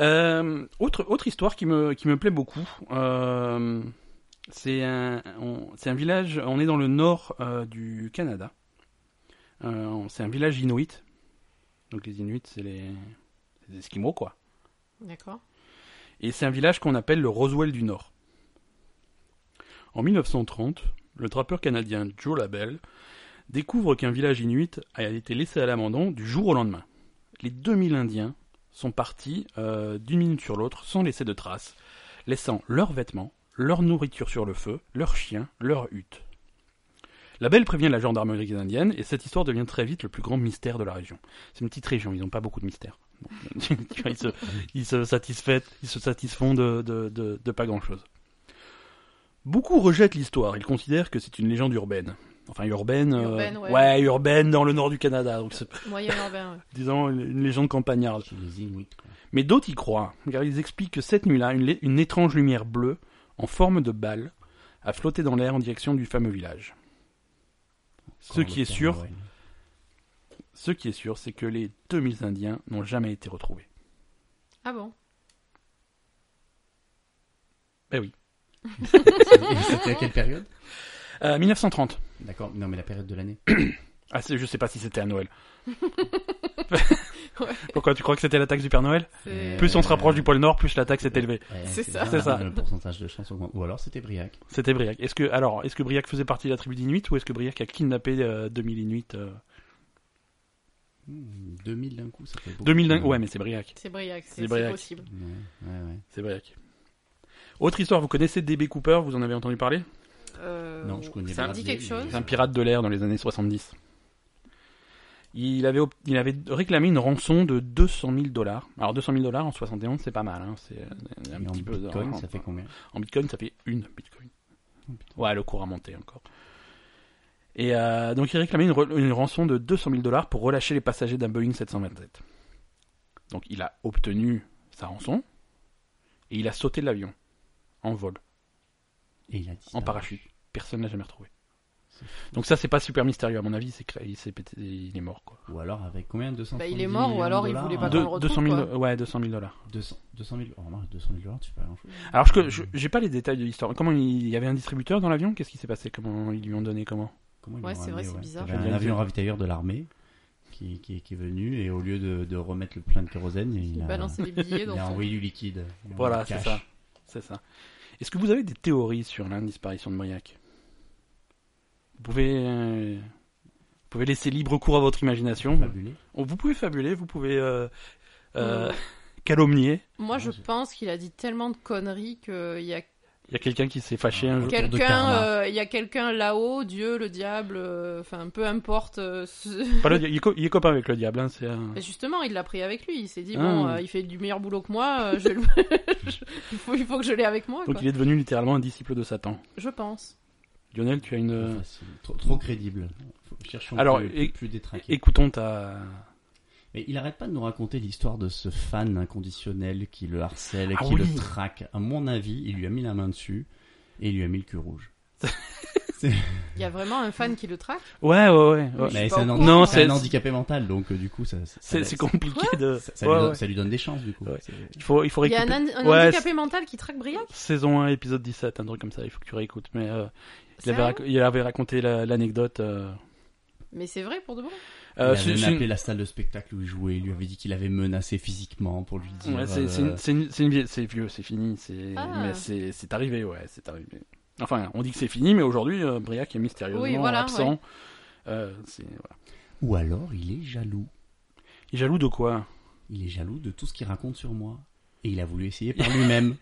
B: ça.
A: Euh, autre, autre histoire qui me, qui me plaît beaucoup. Euh, c'est un, on- c'est un village, on est dans le nord euh, du Canada. Euh, on- c'est un village inuit. Donc les inuits, c'est les, les Esquimaux, quoi.
B: D'accord.
A: Et c'est un village qu'on appelle le Roswell du Nord. En 1930, le trappeur canadien Joe Labelle découvre qu'un village inuit a été laissé à l'abandon du jour au lendemain. Les 2000 Indiens sont partis euh, d'une minute sur l'autre sans laisser de traces, laissant leurs vêtements, leur nourriture sur le feu, leurs chiens, leur hutte. Labelle prévient la gendarmerie indienne et cette histoire devient très vite le plus grand mystère de la région. C'est une petite région, ils n'ont pas beaucoup de mystères. Tu vois, ils, se, ils se satisfait- ils se satisfont de, de- de- de pas grand-chose. Beaucoup rejettent l'histoire, ils considèrent que c'est une légende urbaine. Enfin, urbaine, euh,
B: Urbaine, ouais.
A: urbaine dans le nord du Canada, donc c'est,
B: Moyen urbain. ouais.
A: disons une- une légende campagnarde.
C: chez les Inuits. quoi.
A: Mais d'autres y croient, car ils expliquent que cette nuit-là, une, lé- une étrange lumière bleue, en forme de balle, a flotté dans l'air en direction du fameux village. Ce
C: Encore
A: qui
C: le
A: est
C: Père
A: sûr,
C: Noël.
A: ce qui est sûr, c'est que les 2000 Indiens n'ont jamais été retrouvés.
B: Ah bon
A: Ben oui.
C: Et C'était à quelle période
A: Euh, 1930.
C: D'accord. Non, mais la période de l'année.
A: Ah, c'est- je sais pas si c'était à Noël.
B: Ouais.
A: Pourquoi tu crois que c'était la taxe du Père Noël
B: C'est-
C: Euh,
A: Plus on se rapproche du pôle Nord, plus la taxe est élevée.
C: Ouais,
B: C'est ça.
A: C'est ça.
C: Le pourcentage de chance augmente. Ou alors c'était Briac.
A: C'était Briac. Est-ce que alors, est-ce que Briac faisait partie de la tribu d'Inuit ou est-ce que Briac a kidnappé euh, 2000 Inuits euh,
C: Hmm, 2000 d'un coup, ça fait beaucoup.
A: 2000 Ouais, mais c'est Briac.
B: C'est Briac,
A: C'est
B: c'est c'est
A: Briac.
B: possible.
C: Ouais, ouais, ouais.
A: C'est Briac. Autre histoire, vous connaissez DB Cooper Vous en avez entendu parler
B: Euh,
C: Non, je connais
B: Ça
C: pas.
B: me dit quelque chose
A: C'est un pirate de l'air dans les années 70. Il avait, ob- il avait réclamé une rançon de 200 000 dollars. Alors 200 000 dollars en 71, c'est pas mal. hein, C'est euh, un
C: Et en
A: petit peu.
C: bitcoin,
A: en-
C: ça fait combien
A: En bitcoin, ça fait une bitcoin.
C: Oh, putain.
A: Ouais, le cours a monté encore. Et euh, donc, il réclamait une, re- une rançon de 200 000 dollars pour relâcher les passagers d'un Boeing 727. Donc, il a obtenu sa rançon et il a sauté de l'avion en vol,
C: Et il a dit
A: en parachute. Personne ne l'a jamais retrouvé. Donc, ça, c'est pas super mystérieux, à mon avis. C'est cré- il, s'est pété- il est mort, quoi.
C: Ou alors avec combien 200
B: Bah, il est mort, ou alors il voulait pas
A: Deux-
B: qu'on le retrouve,
A: 200 000, ouais, 200 000 dollars.
C: 200, 200 000 oh, remarque, 200 000 dollars, tu fais pas grand chose.
A: Alors, je je- j'ai pas les détails de l'histoire. Comment il il y avait un distributeur dans l'avion Qu'est-ce qui s'est passé Comment ils lui ont donné Comment
C: Comment ils
B: Ouais,
C: l'ont
B: c'est vrai,
C: ramené,
B: c'est bizarre.
C: T'avais un avion ravitailleur de l'armée qui, qui, qui est venu et au lieu de, de remettre le plein de kérosène, il,
B: Il
C: a,
B: balançait des billets
C: il
B: dans
C: a
B: son...
C: envoyé du liquide.
A: Voilà,
C: Du
A: c'est
C: cash.
A: ça. C'est ça. Est-ce que vous avez des théories sur la disparition de Briac Vous pouvez, euh, vous pouvez laisser libre cours à votre imagination.
C: Fabulé.
A: Vous pouvez fabuler, vous pouvez euh, euh,
B: Euh,
A: calomnier.
B: Moi, je
C: Ouais, c'est-
B: pense qu'il a dit tellement de conneries qu'il y a
A: Il y a quelqu'un qui s'est fâché un jour.
C: Autour de
B: Quelqu'un,
C: karma.
B: euh, il y a quelqu'un là-haut, Dieu, le diable, euh, enfin peu importe. euh, ce-
A: Pas le di- il, est co- il est copain avec le diable, hein, c'est un-
B: Mais Justement, il l'a pris avec lui. Il s'est dit
A: Ah.
B: bon, euh, il fait du meilleur boulot que moi. euh, je vais le- il, faut, il faut que je l'ai avec moi.
A: Donc
B: quoi.
A: il est devenu littéralement un disciple de Satan.
B: Je pense.
A: Lionel, tu as une.
C: Facile. Trop, trop crédible. Faut- Cherchons
A: Alors,
C: plus,
A: et-
C: plus détraqué.
A: Écoutons ta.
C: Mais il arrête pas de nous raconter l'histoire de ce fan inconditionnel qui le harcèle, et
A: Ah
C: qui
A: oui.
C: le traque. À mon avis, il lui a mis la main dessus et il lui a mis le cul rouge.
B: Il y a vraiment un fan qui le traque.
A: Ouais, ouais, ouais.
B: Mais
A: ouais.
B: je suis
C: Mais
B: pas
C: c'est
B: au
C: un, handi-
B: courant.
A: Non,
C: c'est
A: c'est-
C: un handicapé mental, donc euh, du coup, ça, ça,
A: C'est
C: ça-
A: c'est
C: ça-
A: compliqué de.
C: ça- ça
A: Ouais,
C: lui donne,
A: ouais.
C: ça lui donne des chances, du coup.
A: Ouais. Euh,
C: C'est-
A: Il faut, il faut
B: Il y a
A: réécouter.
B: un, hand- un
A: Ouais,
B: handicapé mental qui traque Briac.
A: saison 1, épisode 17, un truc comme ça, il faut que tu réécoutes. Mais euh, il, avait
B: Sérieux
A: rac- il avait raconté la- l'anecdote. euh,
B: Mais c'est vrai pour de bon.
C: Il
A: euh,
C: avait
A: c'est-
C: même
A: c'est une-
C: appelé la salle de spectacle où il jouait, il lui avait dit qu'il avait menacé physiquement pour lui dire.
A: Ouais, c'est- c'est
C: euh,
A: une- c'est une- c'est une vieille- c'est vieux, c'est fini, c'est
B: Ah.
A: mais c'est c'est arrivé, ouais, c'est arrivé. Enfin, on dit que c'est fini, mais aujourd'hui, euh, Briac est mystérieusement
B: Oui, voilà,
A: absent. Euh, c'est- voilà.
C: Ou alors, il est jaloux.
A: Il est jaloux de quoi
C: Il est jaloux de tout ce qu'il raconte sur moi. Et il a voulu essayer par lui-même.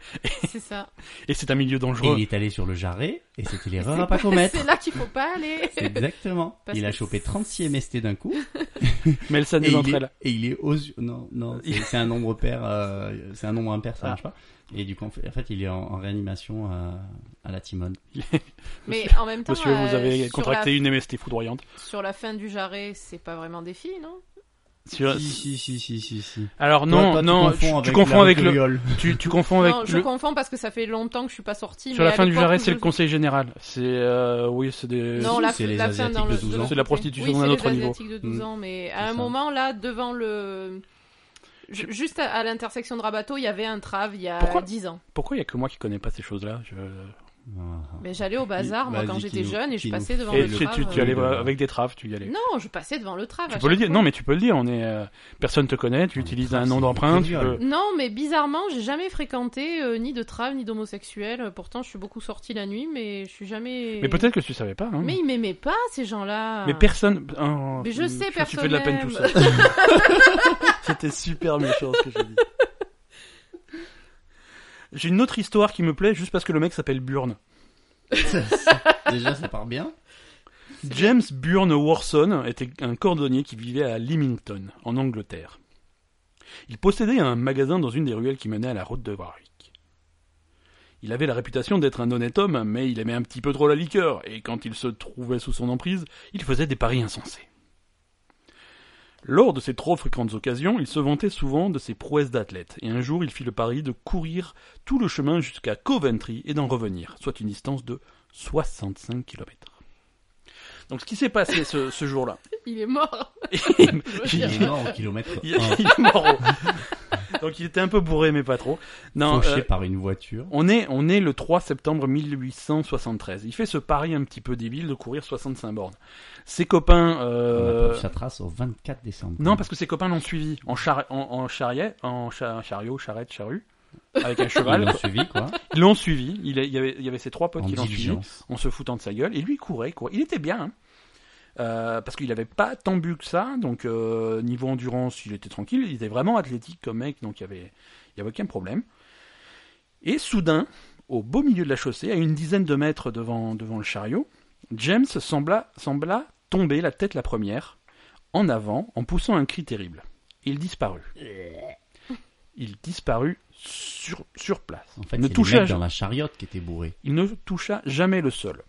B: C'est ça.
A: Et c'est un milieu
C: et
A: dangereux.
C: il est allé sur le jarret, et c'était l'erreur
B: C'est
C: à pas commettre.
B: C'est là qu'il faut pas aller.
C: Exactement.
B: Parce
C: il a
B: que
C: chopé 36 MST d'un coup.
A: Mais elle
C: Et
A: s'annule
C: il,
A: entre
C: est,
A: elles.
C: et il est aux yeux. Non, non, c'est- c'est un nombre pair. euh, c'est un nombre impair, ça
A: Ah.
C: marche pas. Et du coup, en fait, en fait, il est en, en réanimation à, à la Timone.
B: Mais en même temps,
A: Monsieur, vous
B: euh,
A: avez
B: sur,
A: contracté
B: la,
A: une MST foudroyante.
B: sur la fin du jarret, c'est pas vraiment des filles, non
A: Sur-
C: si, si, si, si. si.
A: Alors
C: Toi,
A: Oh non,
C: toi,
A: non,
C: tu confonds,
A: tu, tu
C: avec
A: confonds
C: la
A: avec le,
C: rouquiole.
A: tu, tu confonds avec
B: Non, je
A: le-
B: confonds parce que ça fait longtemps que je suis pas sortie.
A: sur
B: mais
A: la
B: à
A: fin du
B: l'époque
A: jarret,
B: où
A: c'est
B: je-
A: le conseil général. C'est euh, oui, c'est des.
B: Non,
C: Si,
B: la,
C: c'est les
B: la fin
C: Asiatiques
B: dans
C: de
B: le
C: 12
B: dans
C: ans.
B: le
A: C'est de la
B: côté.
A: prostitution
B: Oui,
A: d'un
B: c'est
A: autre
B: les
A: niveau. Mm.
B: Asiatiques de 12 ans, mais
C: C'est
B: à un
C: ça.
B: moment là, devant le, ju- juste à, à l'intersection de Rabateau, il y avait un trave il y a
A: Pourquoi
B: 10 ans.
A: Pourquoi il y a que moi qui connais pas ces choses-là Je-
C: Ah.
B: Mais j'allais au bazar moi
C: vas-y,
B: quand
C: qui
B: j'étais
C: nous-
B: jeune et je
C: qui nous
B: passais devant
C: fait
A: Et
B: le
A: tu,
B: trave.
A: tu, tu
B: euh,
A: allais
C: euh,
A: avec des traves, tu y allais.
B: Non, je passais devant le trave. à
A: Tu peux
B: chaque
A: le dire.
B: fois.
A: Non, mais tu peux le dire. On est euh, personne te connaît. Tu
C: Ah,
A: utilises
C: putain,
A: un nom
C: c'est
A: d'emprunt.
C: une
A: tu
C: gueule.
A: peux-
B: Non, mais bizarrement, j'ai jamais fréquenté euh, ni de trave ni d'homosexuels. Pourtant, je suis beaucoup sortie la nuit, mais je suis jamais.
A: Mais peut-être que tu savais pas. Hein.
B: Mais ils m'aimaient pas ces gens-là.
A: Mais personne. Oh,
B: Ah. Mais je sais,
A: tu me fais de la peine tout
B: personne
A: seul. C'était super méchant ce que j'ai dit. J'ai une autre histoire qui me plaît juste parce que le mec s'appelle Burn.
C: Déjà, ça part bien.
A: James Burn Warson était un cordonnier qui vivait à Leamington, en Angleterre. Il possédait un magasin dans une des ruelles qui menait à la route de Warwick. Il avait la réputation d'être un honnête homme, mais il aimait un petit peu trop la liqueur, et quand il se trouvait sous son emprise, il faisait des paris insensés. Lors de ces trop fréquentes occasions, il se vantait souvent de ses prouesses d'athlète, et un jour il fit le pari de courir tout le chemin jusqu'à Coventry et d'en revenir, soit une distance de 65 kilomètres. Donc ce qui s'est passé ce, ce jour-là,
B: Il est mort.
A: Il-
C: Il est mort au kilomètre
A: il,
C: 1,
A: il est mort. Donc il était un peu bourré, mais pas trop. Non,
C: fauché
A: euh,
C: par une voiture.
A: on, est, on est le 3 septembre 1873. Il fait ce pari un petit peu débile de courir 65 bornes. Ses copains...
C: On a
A: euh,
C: perdu sa trace au 24 décembre.
A: Non, parce que ses copains l'ont suivi en, char... en, en charrier, en cha- chariot, charrette, charrue, avec un
C: Ils
A: cheval.
C: l'ont suivi, quoi.
A: Ils l'ont suivi. Il, est- il y avait, il y avait ses trois potes
C: En
A: qui l'ont suivi.
C: diligence.
A: en se foutant de sa gueule. Et lui, il courait, il courait. Il était bien, hein. Euh, parce qu'il n'avait pas tant bu que ça. Donc, euh, niveau endurance, il était tranquille. Il était vraiment athlétique comme mec, donc il n'y avait, il y avait aucun problème. Et soudain, au beau milieu de la chaussée, à une dizaine de mètres devant, devant le chariot, James sembla, sembla tomber la tête la première, en avant, en poussant un cri terrible. Il disparut. Il disparut sur, sur place.
C: En fait,
A: ne
C: c'est le
A: toucha
C: mec dans la chariote qui était bourré.
A: il ne toucha jamais le sol,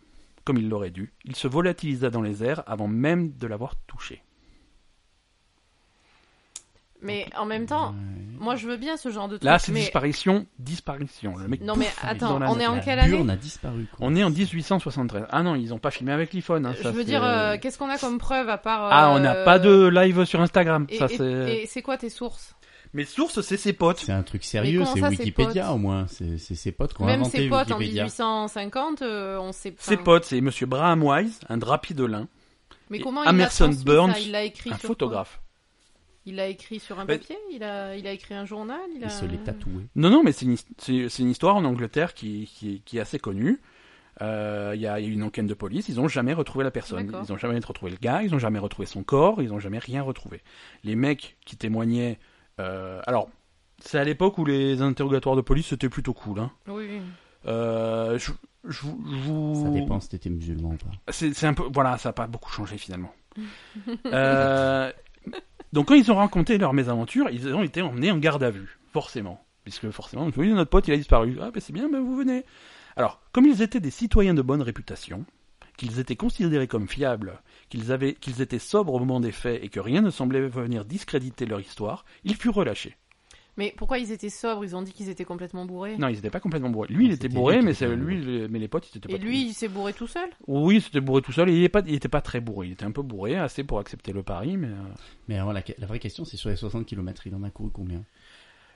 A: comme il l'aurait dû. Il se volatilisa dans les airs avant même de l'avoir touché.
B: Mais en même temps, moi je veux bien ce genre de truc.
A: Là, c'est
B: mais...
A: disparition, disparition. Le mec.
B: Non mais
C: Pouf,
A: dans
B: attends,
A: la-
B: on est en
C: La
B: quelle année
C: burne a disparu, quoi.
A: On est en 1873. Ah non, ils n'ont pas filmé avec l'iPhone. hein,
B: Je
A: ça,
B: veux
A: c'est-
B: dire, euh, qu'est-ce qu'on a comme preuve à part...
A: Ah, on
B: euh,
A: n'a pas de live sur Instagram.
B: Et,
A: ça,
B: et-
A: c'est...
B: et c'est quoi tes sources
A: Mes sources, c'est ses potes.
C: C'est un truc sérieux,
B: Mais comment
C: c'est
B: ça, ses
C: Wikipédia
B: potes
C: au moins. C'est c'est ses potes qui ont
B: Même
C: inventé
B: ses potes en
C: Wikipédia.
B: 1850, euh, on sait pas.
A: Ses potes, c'est Monsieur Braham Wise, un drapier de lin,
B: Mais
A: et
B: comment
A: Emerson
B: il a transmis
A: Burns,
B: ça Il l'a écrit
A: un
B: sur
A: photographe.
B: quoi Il l'a écrit sur un
A: Ben-
B: papier il a, il a écrit un journal il a...
C: Il se l'est tatoué.
A: Non, non, mais c'est une, his- c'est- c'est une histoire en Angleterre qui, qui, qui est assez connue. Euh, Il y a eu une enquête de police, ils n'ont jamais retrouvé la personne.
B: D'accord.
A: Ils n'ont jamais retrouvé le gars, ils n'ont jamais retrouvé son corps, ils n'ont jamais rien retrouvé. Les mecs qui témoignaient... euh, alors, c'est à l'époque où les interrogatoires de police, c'était plutôt cool. Hein.
B: Oui, oui.
A: Euh, je, je vous- je vous-
C: Ça dépend si t'étais musulman ou pas.
A: C'est c'est un peu. Voilà, ça n'a pas beaucoup changé finalement. Euh, donc, quand ils ont raconté leur mésaventure, ils ont été emmenés en garde à vue, forcément. Puisque forcément, oui, notre pote, il a disparu. Ah, ben c'est bien, ben vous venez. Alors, comme ils étaient des citoyens de bonne réputation, qu'ils étaient considérés comme fiables, qu'ils avaient, qu'ils étaient sobres au moment des faits et que rien ne semblait venir discréditer leur histoire, ils furent relâchés.
B: Mais pourquoi ils étaient sobres Ils ont dit qu'ils étaient complètement bourrés.
A: Non, ils n'étaient pas complètement bourrés. Lui, il
C: Ah,
A: était
C: c'était
A: bourré,
C: lui qui
A: mais
C: était
A: c'est
C: bourré.
A: lui, le- mais les potes, ils étaient pas.
B: Et lui, il s'est bourré tout seul
A: Oui, c'était bourré tout seul. Il n'était pas, il était pas très bourré. Il était un peu bourré, assez pour accepter le pari, mais euh,
C: Mais alors, la, la vraie question, c'est sur les 60 km, il en a couru combien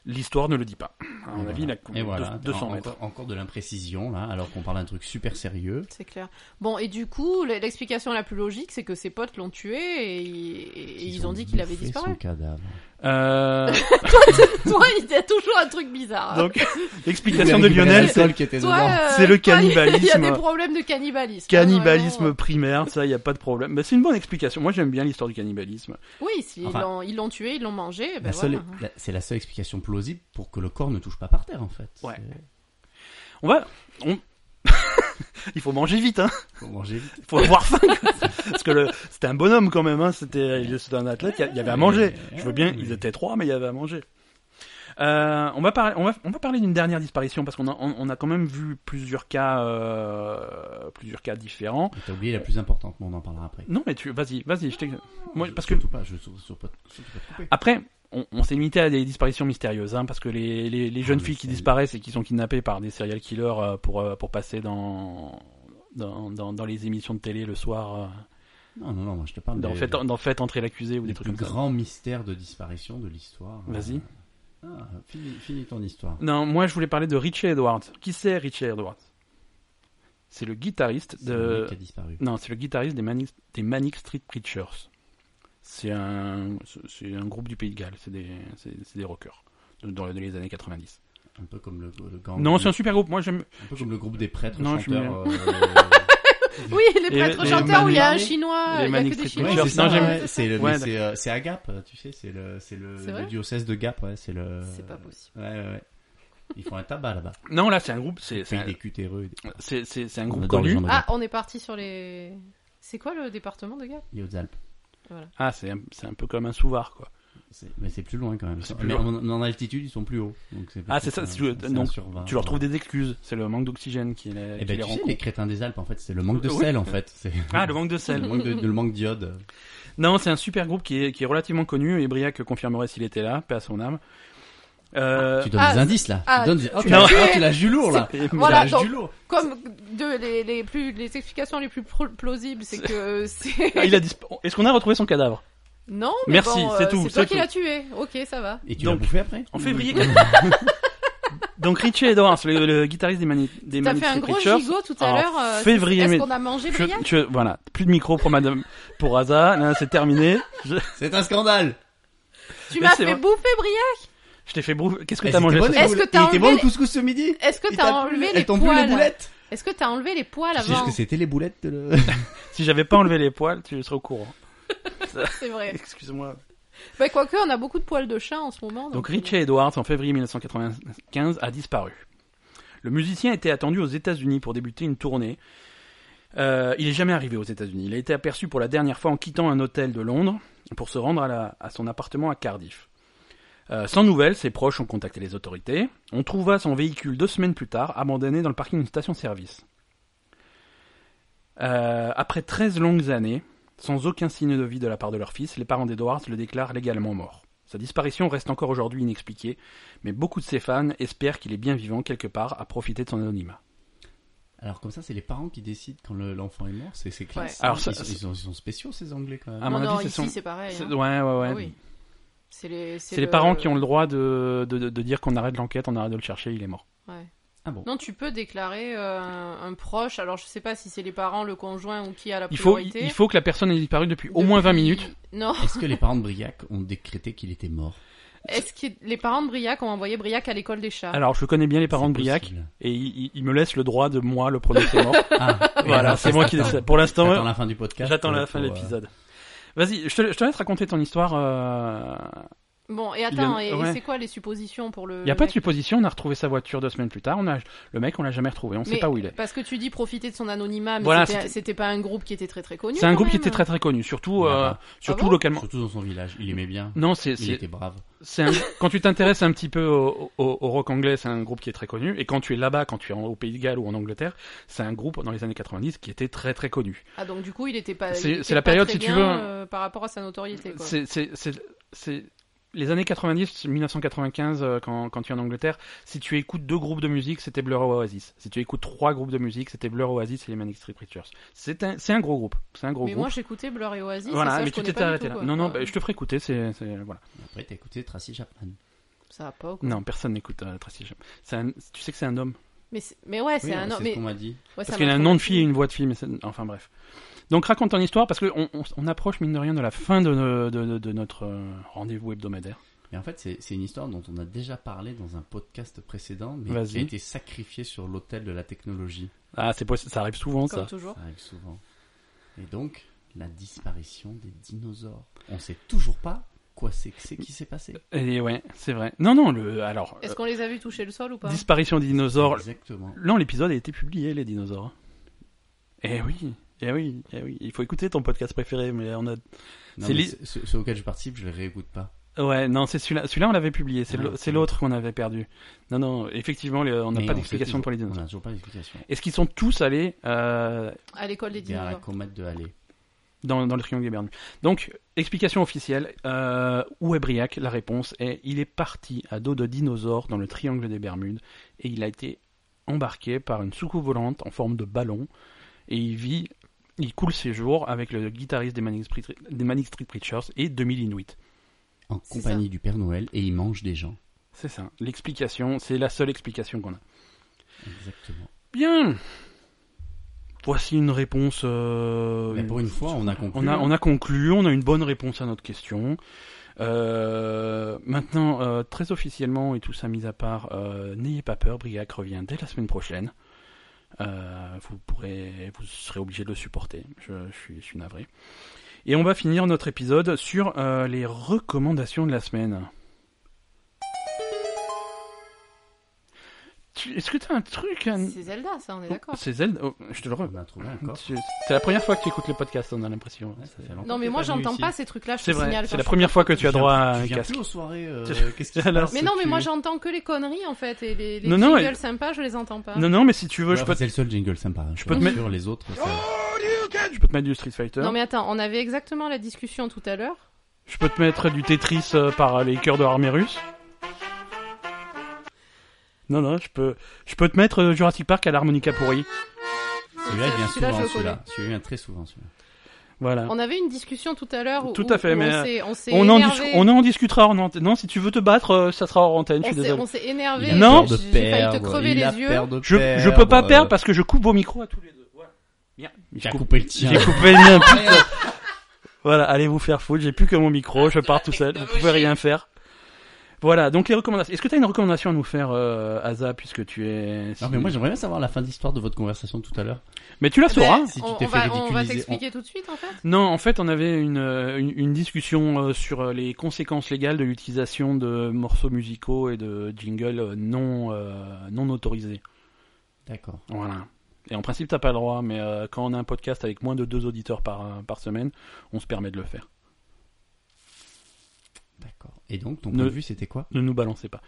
A: l'histoire ne le dit pas. À mon
C: Et
A: avis,
C: voilà.
A: il a
C: Et voilà.
A: 200
C: En-
A: mètres.
C: Encore, encore de l'imprécision, là, alors qu'on parle d'un truc super sérieux.
B: C'est clair. Bon, et du coup, l- l'explication la plus logique, c'est que ses potes l'ont tué et, et- et ils, ont dit qu'il avait
C: bouffé
B: disparu.
C: Son cadavre.
A: Euh,
B: Toi, il y a toujours un truc bizarre. hein.
A: donc, l'explication de Lionel, c'est
C: qui était
B: Toi, euh,
A: c'est le
B: toi, il y a- Il y a
A: cannibalisme.
B: des problèmes de cannibalisme. hein,
A: cannibalisme
B: Vraiment.
A: primaire, ça, il n'y a pas de problème. Mais c'est une bonne explication. Moi, j'aime bien l'histoire du cannibalisme.
B: Oui, s'ils
C: Enfin,
B: l'ont- ils l'ont tué, ils l'ont mangé. ben
C: La seule-
B: voilà.
C: la- c'est la seule explication plausible pour que le corps ne touche pas par terre en fait.
A: Ouais.
C: C'est-
A: On va. On... il faut manger vite, hein.
C: Faut manger vite.
A: Il faut avoir faim. quoi. Parce que le... c'était un bonhomme quand même, hein. C'était c'était un athlète, il y a- il y avait à manger. Je veux
C: Ah
A: bien, ils étaient trois, mais il y avait à manger. Euh, on va parler, on va, on va parler d'une dernière disparition parce qu'on a, on, on a quand même vu plusieurs cas, euh, plusieurs cas différents.
C: Et T'as oublié la plus importante, mais on en parlera après.
A: Non, mais tu, vas-y, vas-y, je t'ai- Moi,
C: Je-
A: parce que
C: surtout pas, je surtout, surtout pas, surtout pas te couper.
A: après, on, on s'est limité à des disparitions mystérieuses, hein, parce que les, les, les jeunes
C: mais
A: filles qui
C: Ah c'est-
A: disparaissent et qui sont kidnappées par des serial killers euh, pour euh, pour passer dans dans, dans, dans les émissions de télé le soir,
C: Non, non, non, moi je te
A: euh,
C: parle
A: dans,
C: des,
A: fait, dans fait entrer l'accusé ou
C: des
A: des trucs
C: plus
A: comme ça.
C: grands mystères de disparition de l'histoire.
A: Vas-y.
C: Ah, finis, finis ton histoire.
A: Non, moi je voulais parler de Richie Edwards. Qui c'est Richie Edwards C'est le guitariste
C: C'est le mec
A: de.
C: qui a disparu.
A: Non, c'est le guitariste des Manic, des Manic Street Preachers. C'est un, c'est un groupe du Pays de Galles. C'est des, c'est, c'est des rockers de- dans les années 90.
C: Un peu comme le, le gang-
A: Non, c'est un super groupe. Moi j'aime.
C: un peu comme le groupe des prêtres
A: Non, je suis
C: chanteurs. euh,
B: Oui, les
A: Et
B: prêtres
A: les-
B: chanteurs où il y a un
C: les-
B: chinois,
A: les
B: il y a
A: Manic
B: que des
A: Street
C: euh,
A: Preachers.
B: chinois.
A: Non,
C: ouais, c'est ça,
A: j'aime-
C: ouais, c'est le-
A: Ouais,
C: mais c'est, euh, c'est à Gap, tu sais, c'est le, c'est le,
B: C'est
C: le
B: vrai
C: diocèse de Gap, ouais, c'est le.
A: euh,
B: C'est pas possible.
C: Ouais, ouais, ouais. Ils font un tabac là-bas.
A: Non, là c'est un groupe. C'est, c'est,
C: C'est
A: un,
C: des cutéreux. et E, des-
A: c'est, c'est- c'est un
C: On
A: groupe
C: adore les
A: connu.
C: gens de
B: Ah,
C: Gap.
B: on est parti sur les. C'est quoi le département de Gap
C: Les Hautes-Alpes.
A: Ah, c'est un, c'est un peu comme un souvard quoi.
C: C'est- Mais c'est plus loin quand même.
A: C'est plus
C: mais
A: loin.
C: En, en altitude, ils sont plus hauts. Donc c'est
A: Ah, c'est ça, si tu veux-
C: c'est un
A: donc,
C: sur 20,
A: Tu leur trouves
C: ouais.
A: des excuses. C'est le manque d'oxygène qui les,
C: Ah. Eh
A: qui
C: ben,
A: les
C: tu
A: rend
C: sais,
A: cons.
C: les crétins des Alpes, en fait, c'est le manque de
A: Oui.
C: sel, en fait. C'est
A: Ah, le manque de
C: c'est
A: sel.
C: le manque de, de- le manque d'iode.
A: Non, c'est un super groupe qui est, qui est relativement connu et Briac confirmerait s'il était là, paix à son âme. Euh,
C: Tu donnes
B: Ah,
C: des indices, là.
B: ah,
C: tu donnes des... Oh,
B: tu-
C: tu lâches-
B: Non.
C: oh, tu lâches du lourd, là.
A: et-
C: Tu
B: Voilà,
C: lâches
B: donc-
C: du lourd.
B: Comme de, les, les, plus, les explications les plus pro- plausibles, c'est que c'est.
A: Ah, il a dispa- Est-ce qu'on a retrouvé son cadavre
B: Non, mais
A: Merci,
B: bon, euh,
A: c'est tout,
B: C'est toi
A: c'est
B: qui
A: tout.
B: l'as tué. Ok, ça va.
C: Et tu
A: Donc,
C: l'as bouffé après
A: En février. Donc Richie Edwards, le, le guitariste des, mani... des
B: T'as
A: Manic
B: fait un
A: Street
B: gros
A: Preachers.
B: gigot tout à
A: en
B: l'heure. euh,
A: février,
B: Est-ce
A: mais-
B: qu'on a mangé
A: Je-
B: Briac
A: je- voilà, plus de micro pour Madame, pour Aza. Là, c'est terminé. Je,
C: C'est un scandale.
B: Tu
A: mais
B: m'as
A: c'est
B: fait
A: vrai.
B: bouffer Briac
A: je t'ai fait brou. Qu'est-ce que
C: Elles
A: t'as
C: étaient
A: mangé
C: bonnes,
A: ce
C: les
A: soir
B: Est-ce que
C: boulettes.
B: t'as
C: Il était bon
B: enlevé-
C: le couscous ce midi
B: Est-ce que
C: Il
B: t'as
C: t'a-
B: enlevé les
C: Elles t'ont plus les
B: poils Ah,
C: boulettes
B: Est-ce que t'as enlevé les poils
C: Je sais juste
B: avant
C: que c'était les boulettes de le...
A: Si j'avais pas enlevé les poils, tu serais au courant.
B: C'est vrai.
A: Excuse-moi.
B: Bah, quoique, on a beaucoup de poils de chat en ce moment.
A: Donc
B: Donc,
A: Richie Edwards, en février 1995, a disparu. Le musicien était attendu aux États-Unis pour débuter une tournée. Euh, il n'est jamais arrivé aux États-Unis. Il a été aperçu pour la dernière fois en quittant un hôtel de Londres pour se rendre à, la- à son appartement à Cardiff. Euh, sans nouvelles, ses proches ont contacté les autorités. On trouva son véhicule deux semaines plus tard, abandonné dans le parking d'une station-service. Euh, après 13 longues années, sans aucun signe de vie de la part de leur fils, les parents d'Edwards le déclarent légalement mort. Sa disparition reste encore aujourd'hui inexpliquée, mais beaucoup de ses fans espèrent qu'il est bien vivant quelque part à profiter de son anonymat.
C: Alors comme ça, c'est les parents qui décident quand le- l'enfant est mort, c'est c'est classe.
A: Ouais. Alors, ça-
C: ils, sont, ils sont- ils sont spéciaux ces Anglais quand même.
A: à
B: euh, non,
A: mon
B: non,
A: avis, c'est
B: ici,
A: son-
B: c'est pareil.
A: C'est-
B: hein.
A: Ouais, ouais, ouais.
B: Ah oui. C'est les,
A: C'est les
B: le-
A: parents qui ont le droit de, de, de- de dire qu'on arrête l'enquête, on arrête de le chercher, il est mort.
B: Ouais.
C: Ah bon.
B: Non, tu peux déclarer euh, un, un proche. Alors, je sais pas si c'est les parents, le conjoint ou qui a la
A: Il faut,
B: priorité.
A: il faut que la personne ait disparu depuis au moins 20
B: Depuis-
A: minutes.
B: Non.
C: Est-ce que les parents de Briac ont décrété qu'il était mort
B: Est-ce que les parents de Briac ont envoyé Briac à l'école des chats
A: Alors, je connais bien les parents de
C: C'est
A: Briac
C: possible.
A: et ils ils- ils me laissent le droit de moi le premier qui est mort.
C: Ah, et
A: voilà,
C: alors,
A: c'est
C: ça,
A: moi qui
C: t'attends.
A: décide. Pour l'instant,
C: J'attends la fin du podcast.
A: J'attends la
C: pour-
A: fin de
C: pour, euh,
A: l'épisode. Vas-y, je te, je te laisse raconter ton histoire, euh,
B: Bon, et attends,
A: Il y
B: et,
A: en-
B: et
A: ouais.
B: c'est quoi les suppositions pour le.
A: Il n'y a
B: le
A: pas de
B: mec
A: supposition, on a retrouvé sa voiture deux semaines plus tard, on a... le mec on l'a jamais retrouvé, on ne sait
B: Mais-
A: pas où il est.
B: Parce que tu dis profiter de son anonymat, mais
A: Voilà,
B: c'était-
A: c'était-
B: c'était pas un groupe qui était très très connu.
A: C'est un
B: quand
A: groupe qui
B: même.
A: était très très connu, surtout,
C: Ouais,
A: euh,
C: bah.
A: surtout
B: Ah bon
A: localement.
C: Surtout dans son village, il aimait bien.
A: Non, c'est
C: Il
A: c'est
C: était brave.
A: c'est un- quand tu t'intéresses un petit peu au, au- au rock anglais, c'est un groupe qui est très connu. Et quand tu es là-bas, quand tu es en- au Pays de Galles ou en Angleterre, c'est un groupe dans les années 90 qui était très très connu.
B: Ah, donc du coup, il était pas. il
A: C'est-
B: était
A: c'est la
B: pas
A: période,
B: très
A: si tu
B: bien,
A: veux, hein.
B: euh, par rapport à sa notoriété, quoi.
A: C'est c'est- c'est- c'est- les années 90, 1995, euh, quand, quand tu es en Angleterre, si tu écoutes deux groupes de musique, c'était Blur ou Oasis. Si tu écoutes trois groupes de musique, c'était Blur Oasis et les Manic Street Preachers. C'est un, c'est un gros groupe. C'est un gros
B: Mais
A: groupe.
B: moi, j'écoutais Blur et Oasis. et
A: voilà,
B: ça,
A: mais
B: je
A: tu
B: connais
A: t'étais
B: pas du
A: arrêté
B: tout,
A: là.
B: quoi.
A: Non, non,
B: Ouais.
A: bah, je te ferai écouter. C'est c'est- voilà.
C: Après, t'as écouté Tracy Chapman.
B: Ah, Ça va pas, quoi.
A: Non, personne n'écoute euh, Tracy Chapman. C'est un- Tu sais que c'est un homme.
B: Mais, c'est- mais ouais, c'est
C: Oui,
B: un.
C: c'est
B: homme-
C: ce
B: Mais...
C: qu'on m'a dit.
B: ouais, ça
A: bah, Parce qu'il
B: m'a
A: a un nom de
B: traumatisé.
A: fille et une voix de fille, mais c'est- enfin bref. Donc raconte ton histoire, parce qu'on on, on approche, mine de rien, de la fin de, de- de- de notre euh, rendez-vous hebdomadaire.
C: Et en fait, c'est c'est une histoire dont on a déjà parlé dans un podcast précédent, mais
A: Vas-y.
C: qui a été sacrifiée sur l'autel de la technologie.
A: Ah, c'est possi- ça arrive souvent, ça.
B: Comme toujours.
C: Ça arrive souvent. Et donc, la disparition des dinosaures. On sait toujours pas quoi c'est que c'est qui s'est passé.
A: Et ouais, c'est vrai. Non, non, le, alors,
B: Est-ce qu'on les a vus toucher le sol ou
A: euh,
B: pas
A: disparition des dinosaures.
C: Exactement.
A: Non, l'épisode a été publié, les dinosaures. Eh oui, eh oui, eh oui. Il faut écouter ton podcast préféré, mais on a...
C: Non,
A: C'est
C: mais
A: li-
C: ce- ce- Ceux auxquels je participe, je les réécoute pas.
A: Ouais, non, c'est celui-là, celui-là on l'avait publié, c'est
C: Ah,
A: l'au-
C: ok.
A: c'est l'autre qu'on avait perdu. Non, non, effectivement, les- on n'a
C: Mais
A: pas
C: sait
A: d'explication
C: toujours-
A: pour les
C: On
A: dinosaures.
C: n'a toujours pas d'explication.
A: Est-ce qu'ils sont tous allés euh,
B: À l'école des
C: Il y a la
B: dinosaures.
C: comète de Halley.
A: dans, dans le triangle des Bermudes. Donc, explication officielle, euh, où est Briac La réponse est il est parti à dos de dinosaure dans le triangle des Bermudes et il a été embarqué par une soucoupe volante en forme de ballon et il vit, il coule ses jours avec le guitariste des Manic Street, des Manic Street Preachers et 2000 Inuits.
C: En
B: C'est
C: compagnie du Père Noël et il mange des gens.
A: C'est ça, l'explication, c'est la seule explication qu'on a.
C: Exactement.
A: Bien Voici une réponse. euh,
C: Mais pour une fois, on hein. a conclu.
A: On a, on a conclu, on a une bonne réponse à notre question. Euh, maintenant, euh, très officiellement et tout ça mis à part, euh, n'ayez pas peur, Briac revient dès la semaine prochaine. Euh, vous pourrez, vous serez obligé de le supporter. Je, je suis, je suis navré. Et on va finir notre épisode sur euh, les recommandations de la semaine. Tu- Est-ce que t'as un truc à-
B: C'est Zelda, ça, on est d'accord.
A: C'est Zelda Oh, Je te le re.
C: On a trouvé encore.
A: Tu- C'est la première fois que tu écoutes le podcast, on a l'impression.
B: Non, mais moi, j'entends pas ces trucs-là, je te
A: C'est vrai,
B: signale.
A: c'est
B: quand
A: la
B: je-
A: première fois que tu as droit à
C: Tu
A: un
C: viens
A: casque.
C: plus aux soirées. euh,
A: Tu-
C: Qu'est-ce qui se
A: Alors,
C: passe
B: Mais non, mais
A: tu-
B: moi, j'entends que les conneries, en fait. Et les, les
A: Non, non,
B: jingles sympas, je les entends pas.
A: Non, non, mais si tu veux,
C: Ouais,
A: je,
C: enfin,
A: peux te,
C: C'est le seul jingle sympa. hein, Je
A: peux te mettre-
C: Sur les autres, ça-
B: Oh,
A: je peux te mettre du Street Fighter,
B: Non, mais attends, on avait exactement la discussion tout à l'heure.
A: je peux te mettre du Tetris euh, par euh, les cœurs de l'armée russe. Non, non, je peux, je peux te mettre euh, Jurassic Park à l'harmonica pourrie.
C: celui-là il
B: Celui-là,
C: vient
B: je
C: souvent.
B: le
C: Celui-là,
B: connais.
C: celui-là vient très souvent. Celui-là.
A: Voilà.
B: On avait une discussion tout à l'heure où,
A: Tout à fait,
B: où
A: mais, euh,
B: on s'est, on s'est
A: On en,
B: énervé.
A: dis- on en discutera en antenne. Non, si tu veux te battre, euh, ça sera hors antenne, je
B: On
A: suis
B: s'est,
A: désolé.
B: on s'est énervé.
A: a Non.
B: Ah j'ai- j'ai failli te crever
C: il a
B: les yeux.
C: peur euh, de
A: Je, je
C: perdre.
A: peux pas perdre parce que je coupe vos micros à tous les deux. Voilà. Bien.
C: J'ai coupé le tien.
A: J'ai coupé le mien, putain. Voilà, allez vous faire foutre, j'ai plus que mon micro, je pars tout seul, vous pouvez rien faire. Voilà, donc les recommandations. Est-ce que tu as une recommandation à nous faire, euh, Asa, puisque tu es...
C: Non, mais moi j'aimerais bien savoir la fin de l'histoire de votre conversation de tout à l'heure.
A: Mais tu la sauras
B: Ben,
C: si tu
B: on,
C: t'es
B: on
C: fait
B: va, on va
C: ridiculiser,
B: t'expliquer tout de suite, en fait.
A: Non, en fait, on avait une, euh, une, une discussion euh, sur euh, les conséquences légales de l'utilisation de morceaux musicaux et de jingles euh, non, euh, non autorisés.
C: D'accord.
A: Voilà. Et en principe, t'as pas le droit, mais euh, quand on a un podcast avec moins de deux auditeurs par, euh, par semaine, on se permet de le faire.
C: D'accord. Et donc ton
A: Ne-
C: point de vue c'était quoi
A: Ne nous balancez pas.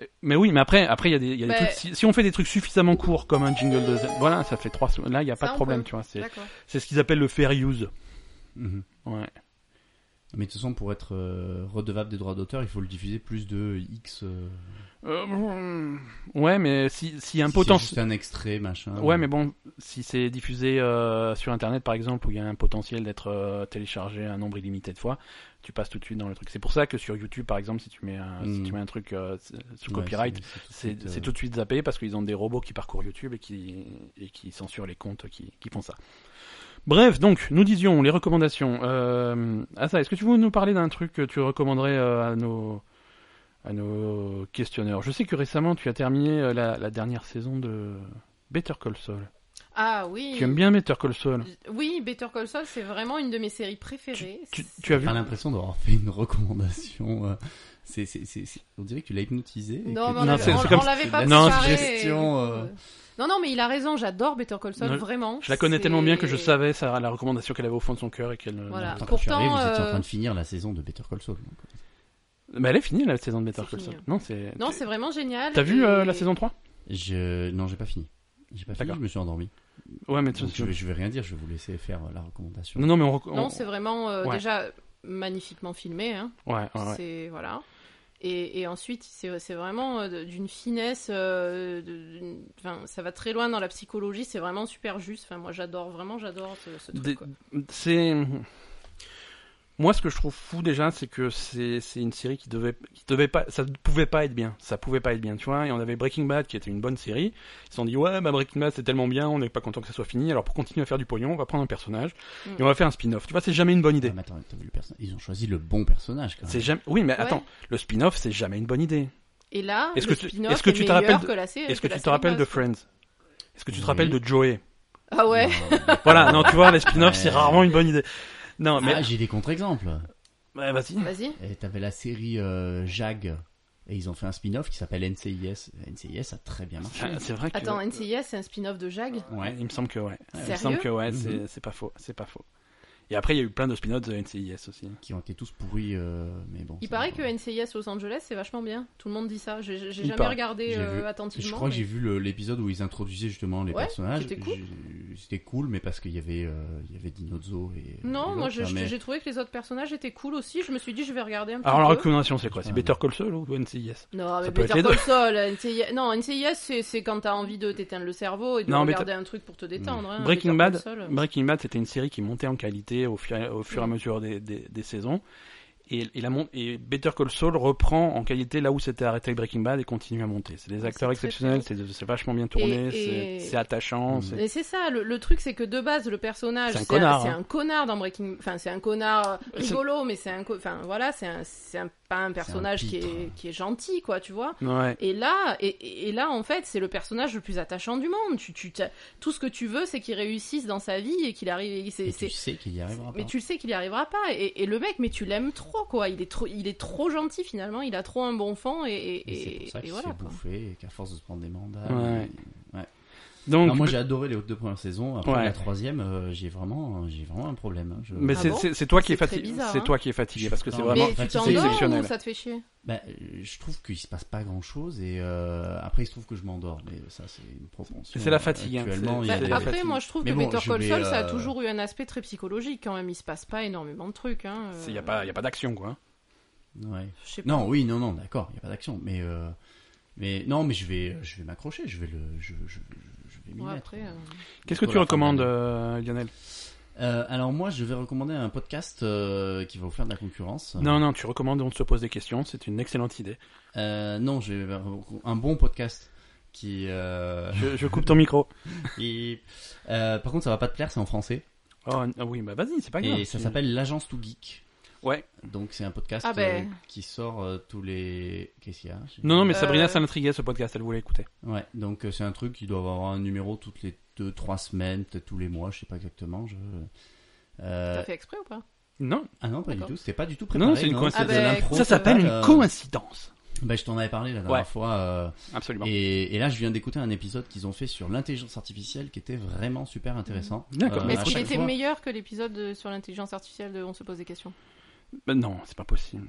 A: Euh, Mais oui, mais après, après il y a des, il y a des
B: Mais-
A: trucs- Si, si on fait des trucs suffisamment courts comme un jingle de, voilà, ça fait trois. sou- Là, il n'y a pas
B: Ça,
A: de
B: on
A: problème,
B: peut.
A: tu vois. C'est,
B: D'accord.
A: c'est ce qu'ils appellent le fair use.
C: Mhm.
A: Ouais.
C: Mais de toute façon, pour être euh, redevable des droits d'auteur, il faut le diffuser plus de X. euh,
A: Euh, ouais, mais si, si un
C: si c'est juste
A: potentiel.
C: un euh, extrait, machin.
A: Ouais, mais bon, si c'est diffusé euh, sur Internet, par exemple, où il y a un potentiel d'être euh, téléchargé un nombre illimité de fois, tu passes tout de suite dans le truc. C'est pour ça que sur YouTube, par exemple, si tu mets un, si
C: Mm.
A: tu mets un truc euh, s- sous
C: Ouais,
A: copyright,
C: c'est
A: c'est
C: tout de suite,
A: c'est
C: euh,
A: tout de suite zappé parce qu'ils ont des robots qui parcourent YouTube et qui, et qui censurent les comptes qui, qui font ça. Bref, donc, nous disions les recommandations. Euh, Asa, est-ce que tu veux nous parler d'un truc que tu recommanderais euh, à nos à nos questionneurs Je sais que récemment, tu as terminé euh, la, la dernière saison de Better Call Saul.
B: Ah oui.
A: Tu aimes bien Better Call Saul
B: Oui, Better Call Saul, c'est vraiment une de mes séries préférées.
A: tu,
B: C'est-
A: tu as vu
C: Pas l'impression d'avoir fait une recommandation. euh, c'est, c'est, c'est, c'est- on dirait que tu l'as hypnotisé. et
B: Non, mais
C: que-
A: Non,
B: on l'avait-
A: c'est-
B: on
A: c'est comme-
B: on l'avait pas
C: la
A: Non,
B: préparé.
C: suggestion, euh.
B: Non, non, mais il a raison, j'adore Better Call Saul,
A: Non,
B: vraiment.
A: Je la connais
B: c'est-
A: tellement bien que je savais ça, la recommandation qu'elle avait au fond de son cœur et qu'elle.
B: Voilà.
C: Attends, quand je suis
B: Pourtant,
C: arrivé, vous étiez en
B: euh,
C: train de finir la saison de Better Call Saul. donc.
A: Mais elle est finie la saison de Better
B: C'est
A: Call
B: fini.
A: Saul. Non, c'est.
B: Non, c'est vraiment génial.
A: T'as vu euh,
B: et-
A: la saison 3
C: Je... Non, j'ai pas fini. J'ai pas fini,
A: D'accord.
C: je me suis endormi.
A: Ouais, mais tu-
C: Donc, je, vais- je vais rien dire, je vais vous laisser faire euh, la recommandation.
A: Non, non, mais on. rec-
B: Non,
A: on-
B: c'est vraiment euh,
A: Oh. Ouais.
B: déjà magnifiquement filmé. Hein.
A: Ouais, ouais, ouais.
B: C'est voilà. Et, et ensuite, c'est c'est vraiment euh, d'une finesse. euh, de- d'une- Enfin, ça va très loin dans la psychologie. C'est vraiment super juste. Enfin, moi, j'adore vraiment, j'adore ce, ce truc.
A: Des-
B: quoi.
A: C'est. Moi, ce que je trouve fou déjà, c'est que c'est c'est une série qui devait, qui devait pas, ça ne pouvait pas être bien, ça pouvait pas être bien, tu vois. Et on avait Breaking Bad qui était une bonne série. Ils se sont dit ouais, bah Breaking Bad c'est tellement bien, on n'est pas content que ça soit fini. Alors pour continuer à faire du pognon, on va prendre un personnage
B: Mm.
A: et on va faire un spin-off. Tu vois, c'est jamais une bonne
C: Ah,
A: idée.
C: mais attends, attends, le perso- Ils ont choisi le bon personnage quand même.
A: C'est jamais. Oui, mais
B: Ouais.
A: attends, le spin-off c'est jamais une bonne idée.
B: Et là,
A: Est-ce
B: le
A: que tu-
B: spin-off
A: est-ce que tu te rappelles
B: meilleur
A: de-
B: que la série.
A: Est-ce que
B: la
A: tu te
B: série
A: rappelles de
B: base, quoi.
A: Friends Est-ce que tu te
C: Oui.
A: rappelles de Joey
B: Ah ouais.
C: Non.
A: Voilà, non, tu vois, les spin-offs c'est
C: Ouais.
A: rarement une bonne idée. Non, mais
C: Ah, j'ai des contre-exemples.
A: Ouais, vas-y.
B: Vas-y.
C: Et T'avais la série euh, Jag, et ils ont fait un spin-off qui s'appelle NCIS. NCIS a très bien marché.
A: C'est- C'est vrai que.
B: Attends, NCIS, c'est un spin-off de Jag.
A: Ouais, il me semble que ouais. Il me
B: Sérieux
A: semble que ouais,
C: Mhm.
A: c'est c'est pas faux, c'est pas faux. Et après, il y a eu plein de spin-offs de NCIS aussi.
C: Qui ont été tous pourris, euh, mais bon.
B: Il
C: ça
B: paraît
C: va.
B: que NCIS Los Angeles, c'est vachement bien. Tout le monde dit ça. J'ai j'ai
A: Il
B: jamais
A: paraît.
B: regardé
C: J'ai
B: euh,
C: vu.
B: attentivement.
C: Je crois que
B: mais-
C: j'ai vu le- l'épisode où ils introduisaient justement les
B: Ouais,
C: personnages.
B: c'était cool.
C: J'ai- C'était cool, mais parce qu'il y avait, euh, il y avait Dinozo et.
B: Non,
C: et
B: moi
C: l'autre,
B: je-
C: hein, mais-
B: j'ai trouvé que les autres personnages étaient cool aussi. Je me suis dit, je vais regarder un petit
A: Alors la
B: peu.
A: recommandation, c'est quoi C'est
C: Ouais.
A: Better Call Saul ou NCIS
B: Non, mais
A: peut être les
B: Better Call Saul, NCIS... Non, NCIS, c'est c'est quand t'as envie de t'éteindre le cerveau et de
A: Non, mais Hmm.
B: regarder un truc pour te détendre. hein.
A: Breaking
B: Better
A: Bad,
B: Call Saul.
A: Breaking Bad, c'était une série qui montait en qualité au fur, au fur et à
B: Mm.
A: mesure des, des- des saisons. Et, et, la, mon- et Better Call Saul reprend en qualité là où s'était arrêté Breaking Bad et continue à monter. C'est des
B: Ouais,
A: acteurs
B: Ah, c'est très,
A: exceptionnels, c'est c'est vachement bien tourné,
B: Et-
A: c'est-
B: et-
A: c'est attachant.
C: Mhm.
A: c'est-
B: Mais c'est ça, le, le truc c'est que de base le personnage
A: C'est un
B: c'est
A: connard,
B: c'est
A: hein.
B: un connard dans Breaking, enfin c'est un connard euh,
A: C'est-
B: rigolo, mais c'est un, co- enfin voilà, c'est un, c'est un- pas un personnage qui
C: pitre.
B: est qui est gentil quoi, tu vois.
A: Ouais.
B: Et là, et- et, et là, en fait, c'est le personnage le plus attachant du monde. Tu, tu, t'as- tout ce que tu veux, c'est qu'il réussisse dans sa vie et qu'il arrive. et c'est-
C: Et
B: c'est-
C: tu hein. sais qu'il y arrivera
B: mais
C: pas.
B: tu le sais qu'il y arrivera pas. Et, et le mec, mais tu l'aimes trop, quoi. Il est trop, il est trop gentil finalement. Il a trop un bon fond et, et,
C: Et c'est
B: et-
C: pour ça
B: et
C: qu'il
B: voilà.
C: s'est
B: quoi.
C: bouffé et qu'à force de se prendre des mandats.
A: Ouais.
C: il- ouais.
A: Donc,
C: Non, moi j'ai adoré les deux premières saisons. Après
A: Ouais.
C: la troisième, euh, j'ai vraiment, j'ai vraiment un problème. hein. Je-
A: mais
B: Ah
A: c'est
B: bon
A: c'est- c'est toi qui
B: C'est
A: es
B: très
A: fatigué,
B: bizarre,
A: c'est
B: hein.
A: toi qui es fatigué parce que c'est
C: Non,
A: vraiment.
B: Mais tu
C: c'est
B: t'endors
A: exceptionnel.
B: ou ça te fait chier
C: Bah, euh, je trouve qu'il se passe pas grand chose et euh, après il se trouve que je m'endors. Mais ça c'est une propension.
A: C'est la
C: euh,
A: fatigue, hein.
C: Actuellement,
A: C'est-
C: il y
A: c'est
C: a
A: la
C: des-
A: fatigue.
B: Bah, Après, moi, je trouve
C: Mais
B: que
C: bon,
B: Better
C: je
B: Call
C: vais,
B: Saul, ça a
C: euh,
B: toujours eu un aspect très psychologique quand même. Il se passe pas énormément de trucs. Hein.
A: Il n'y a pas, y a pas d'action quoi.
C: Ouais.
B: Je sais pas.
C: Non, oui, non, non, d'accord, il n'y a pas d'action, mais euh, mais non, mais je vais, je vais m'accrocher, je vais le, je, je, je vais m'y
B: Ouais,
C: mettre.
B: après, euh,
A: Qu'est-ce que
C: Pour
A: tu
C: la fin de
A: recommandes,
C: l'année.
A: euh, Lionel
C: Euh, alors moi, je vais recommander un podcast euh, qui va vous faire de la concurrence.
A: Non, non, tu recommandes, on se pose des questions, c'est une excellente idée.
C: Euh, non, je vais un bon podcast qui. Euh,
A: Je, je coupe ton micro.
C: qui- euh, par contre, ça va pas te plaire, c'est en français
A: Oh, n- ah oui, bah vas-y, c'est pas grave.
C: et ça
A: Tu-
C: s'appelle l'agence tout geek.
A: Ouais.
C: Donc c'est un podcast
B: Ah ben.
C: euh, qui sort euh, tous les. Qu'est-ce qu'il y a J'ai-
A: Non, non, mais
B: Euh,
A: Sabrina, ça l'intriguait ce podcast, elle voulait écouter.
C: Ouais, donc euh, c'est un truc qui doit avoir un numéro toutes les deux, trois semaines, peut-être tous les mois, je sais pas exactement. Je... Euh,
B: T'as fait exprès ou pas
A: Non,
C: Ah non, pas du
B: D'accord.
C: tout, c'était pas du tout
A: Non,
C: préparé.
A: c'est une coïncidence.
C: c'était de
B: Ah bah,
C: l'impro
B: écoute,
A: ça s'appelle
C: totale,
A: une
C: euh,
A: coïncidence.
C: Bah, je t'en avais parlé la dernière
A: Ouais.
C: fois. euh,
A: Absolument.
C: et, et là, je viens d'écouter un épisode qu'ils ont fait sur l'intelligence artificielle qui était vraiment super intéressant.
A: Mmh.
C: Euh,
A: D'accord. Mais
C: à
B: Est-ce qu'il
C: chaque
B: était
C: fois-
B: meilleur que l'épisode de- sur l'intelligence artificielle de On se pose des questions
A: Bah non, c'est pas possible.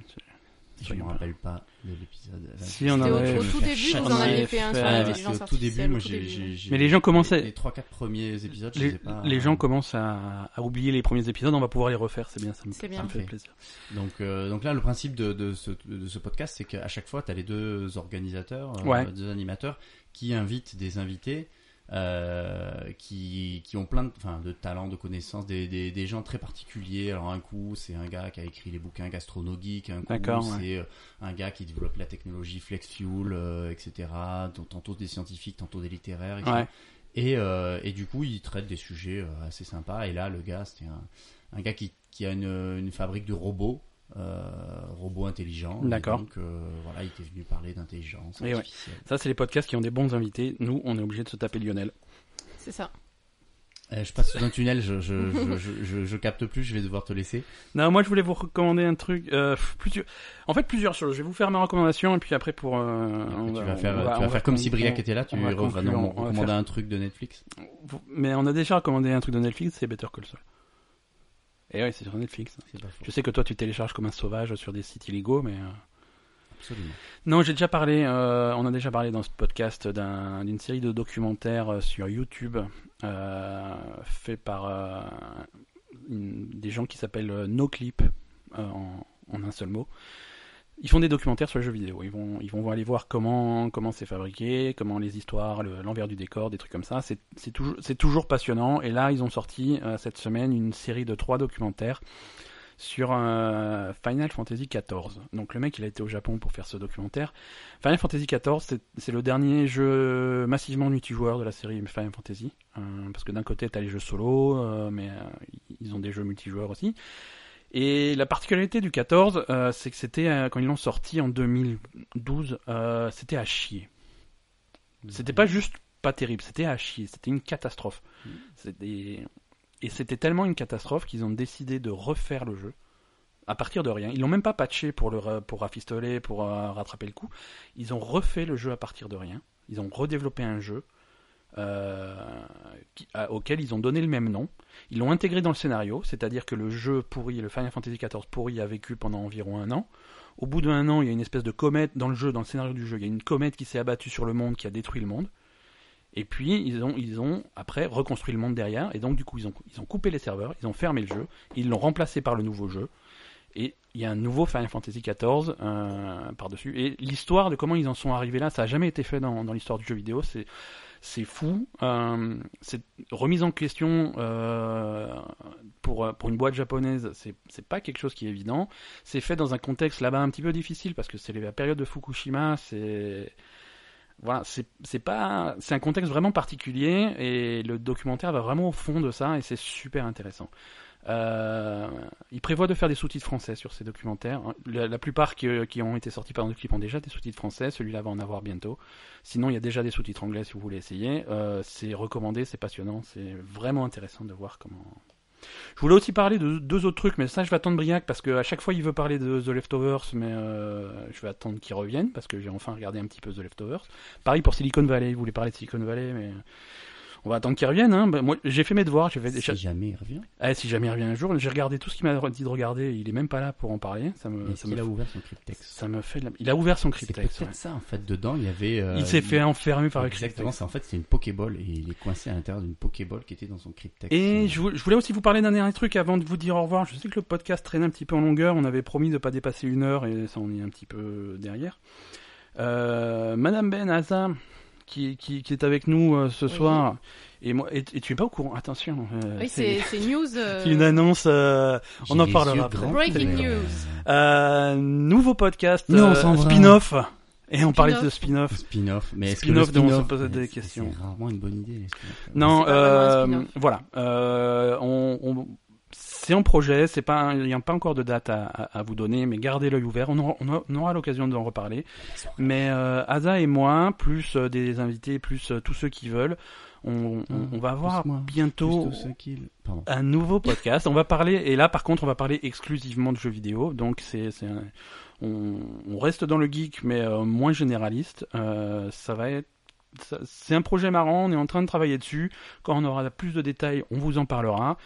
C: Je me rappelle pas de l'épisode.
A: Si, on en
B: C'était
A: avait-
B: au,
A: ouais,
B: au
A: je
B: tout
A: vais
B: début,
A: faire
B: vous en
A: chier.
B: avez fait un
A: Ouais,
B: sur
C: Ah,
A: ouais,
B: l'intelligence
C: c'était au tout début,
B: artificielle.
C: moi
B: au tout
C: j'ai.
B: début.
C: j'ai- j'ai-
A: Mais les gens commençaient-
C: Les, les 3-4 premiers épisodes, je
A: Les,
C: sais pas. euh,
A: les gens commencent à, à oublier les premiers épisodes, on va pouvoir les refaire, c'est bien, ça me,
B: C'est
A: ça
B: bien.
A: me fait plaisir.
C: Donc, euh, donc là, le principe de, de, ce, de ce podcast, c'est qu'à chaque fois, tu as les deux organisateurs, euh,
A: Ouais.
C: deux animateurs, qui invitent des invités euh, qui, qui ont plein de, enfin, de talents, de connaissances, des, des, des gens très particuliers. Alors, un coup, c'est un gars qui a écrit les bouquins gastronomiques, un coup,
A: D'accord, ouais.
C: c'est euh, un gars qui développe la technologie flex fuel, euh, etc. Donc, Tantôt des scientifiques, tantôt des littéraires, etc.
A: Ouais.
C: Et, euh, et du coup, il traite des sujets euh, assez sympas. Et là, le gars, c'était un, un gars qui, qui a une, une fabrique de robots, euh, robots intelligents. Et
A: D'accord.
C: Donc euh, voilà, il était venu parler d'intelligence
A: Et ouais.
C: artificielle.
A: Ça, c'est les podcasts qui ont des bons invités. Nous, on est obligé de se taper Lionel.
B: C'est ça.
C: Euh, je passe sous un tunnel, je, je, je, je, je- je capte plus, je vais devoir te laisser.
A: Non, moi je voulais vous recommander un truc. euh, pff, plusieurs... En fait, plusieurs choses. Je vais vous faire ma recommandation et puis après pour. euh, on
C: tu
A: va-
C: vas faire,
A: on va-
C: tu
A: on
C: vas
A: va-
C: faire comme
A: on-
C: si Briac était là, tu
A: on va
C: vas
A: conclure, on
C: nous
A: va
C: recommander
A: faire-
C: un truc de Netflix.
A: on- Mais on a déjà recommandé un truc de Netflix, c'est Better Call Saul. Et ouais, c'est sur Netflix.
C: C'est pas faux.
A: Je sais que toi tu télécharges comme un sauvage sur des sites illégaux, mais. euh,
C: Absolument.
A: Non, j'ai déjà parlé, euh, on a déjà parlé dans ce podcast d'un- d'une série de documentaires euh, sur YouTube euh, fait par euh, une- des gens qui s'appellent euh, NoClip euh, en, en un seul mot. Ils font des documentaires sur les jeux vidéo. Ils vont, ils vont aller voir comment comment c'est fabriqué, comment les histoires, le- l'envers du décor, des trucs comme ça. C'est c'est toujours, c'est toujours passionnant. Et là, ils ont sorti euh, cette semaine une série de trois documentaires sur euh, Final Fantasy XIV. Donc le mec, il a été au Japon pour faire ce documentaire. Final Fantasy XIV, c'est- c'est le dernier jeu massivement multijoueur de la série Final Fantasy. Euh, parce que d'un côté, t'as les jeux solo, euh, mais euh, ils ont des jeux multijoueurs aussi. Et la particularité du 14, euh, c'est que c'était, euh, quand ils l'ont sorti en 2012, euh, c'était à chier. C'était pas juste pas terrible, c'était à chier, c'était une catastrophe. C'était- Et c'était tellement une catastrophe qu'ils ont décidé de refaire le jeu à partir de rien. Ils l'ont même pas patché pour, le, ra- pour raffistoler, pour euh, rattraper le coup. Ils ont refait le jeu à partir de rien. Ils ont redéveloppé un jeu euh, qui- à- auquel ils ont donné le même nom. Ils l'ont intégré dans le scénario, c'est-à-dire que le jeu pourri, le Final Fantasy XIV pourri, a vécu pendant environ un an. Au bout d'un an, il y a une espèce de comète dans le jeu, dans le scénario du jeu. Il y a une comète qui s'est abattue sur le monde, qui a détruit le monde. Et puis, ils ont, ils ont après reconstruit le monde derrière. Et donc, du coup, ils ont, ils ont coupé les serveurs, ils ont fermé le jeu, ils l'ont remplacé par le nouveau jeu. Et il y a un nouveau Final Fantasy XIV euh, par-dessus. Et l'histoire de comment ils en sont arrivés là, ça n'a jamais été fait dans, dans l'histoire du jeu vidéo. C'est c'est fou. Euh, c'est remise en question euh, pour, euh, pour une boîte japonaise, c'est c'est pas quelque chose qui est évident. C'est fait dans un contexte là-bas un petit peu difficile parce que c'est la période de Fukushima. C'est voilà, c'est c'est pas c'est un contexte vraiment particulier et le documentaire va vraiment au fond de ça et c'est super intéressant. Euh, il prévoit de faire des sous-titres français sur ces documentaires. La, la plupart qui, euh, qui ont été sortis par Noclip ont déjà des sous-titres français. Celui-là va en avoir bientôt. Sinon, il y a déjà des sous-titres anglais si vous voulez essayer. Euh, c'est recommandé, c'est passionnant, c'est vraiment intéressant de voir comment. Je voulais aussi parler de deux autres trucs, mais ça, je vais attendre Briac parce qu'à chaque fois, il veut parler de The Leftovers, mais euh, je vais attendre qu'il revienne parce que j'ai enfin regardé un petit peu The Leftovers. Pareil pour Silicon Valley. Il voulait parler de Silicon Valley, mais on va attendre qu'il revienne. Hein. Ben, moi, j'ai fait mes devoirs. J'ai fait...
C: Si jamais il revient,
A: Ah, si jamais il revient un jour, j'ai regardé tout ce qu'il m'a dit de regarder, et il est même pas là pour en parler. Ça me,
C: est-ce
A: ça me,
C: qu'il a ouvert son cryptex
A: ça me fait. de la- Il a ouvert son
C: C'est
A: cryptex.
C: peut-être
A: ouais.
C: ça en fait. Dedans, il y avait. euh,
A: il s'est fait enfermer par le
C: Exactement,
A: cryptex.
C: c'est en fait c'est une Pokéball et il est coincé à l'intérieur d'une Pokéball qui était dans son cryptex.
A: Et
C: Euh,
A: je vou- je voulais aussi vous parler d'un dernier truc avant de vous dire au revoir. Je sais que le podcast traîne un petit peu en longueur. On avait promis de pas dépasser une heure et ça on est un petit peu derrière. Euh, Madame Ben Haza, qui, qui, qui est avec nous euh, ce
B: Oui.
A: soir. Et moi, et, et tu es pas au courant. Attention. euh,
B: Oui,
A: c'est
B: c'est c'est news. euh,
A: c'est une annonce. euh,
C: j'ai
A: on en
C: les
A: parlera.
C: yeux
A: après.
C: grands
B: Breaking
C: ouverts.
B: news.
A: Euh, nouveau podcast
C: Non,
A: euh,
C: sans vrai.
A: spin-off. Et on parlait de
B: Spin-off.
A: spin-off.
C: Spin-off, mais est-ce que
A: Spin-off
C: le
A: dont on se
C: spin-off- euh,
A: posait des
C: c'est-
A: questions.
C: C'est rarement une bonne idée. les spin-offs.
A: Non,
B: C'est pas vraiment un
A: euh,
B: spin-off.
A: voilà. Euh, on, on- c'est en projet, c'est pas, il n'y a pas encore de date à, à- à vous donner, mais gardez l'œil ouvert. On aura, on aura- on aura l'occasion d'en reparler. Mais euh, Asa et moi, plus euh, des invités, plus euh, tous ceux qui veulent, on, on- on va avoir
C: moi,
A: bientôt
C: Juste ceux qui- Pardon.
A: un nouveau podcast. On va parler, et là par contre, on va parler exclusivement de jeux vidéo. Donc c'est, c'est un- on, on reste dans le geek, mais euh, moins généraliste. Euh, ça va être, ça- c'est un projet marrant. On est en train de travailler dessus. Quand on aura plus de détails, on vous en parlera.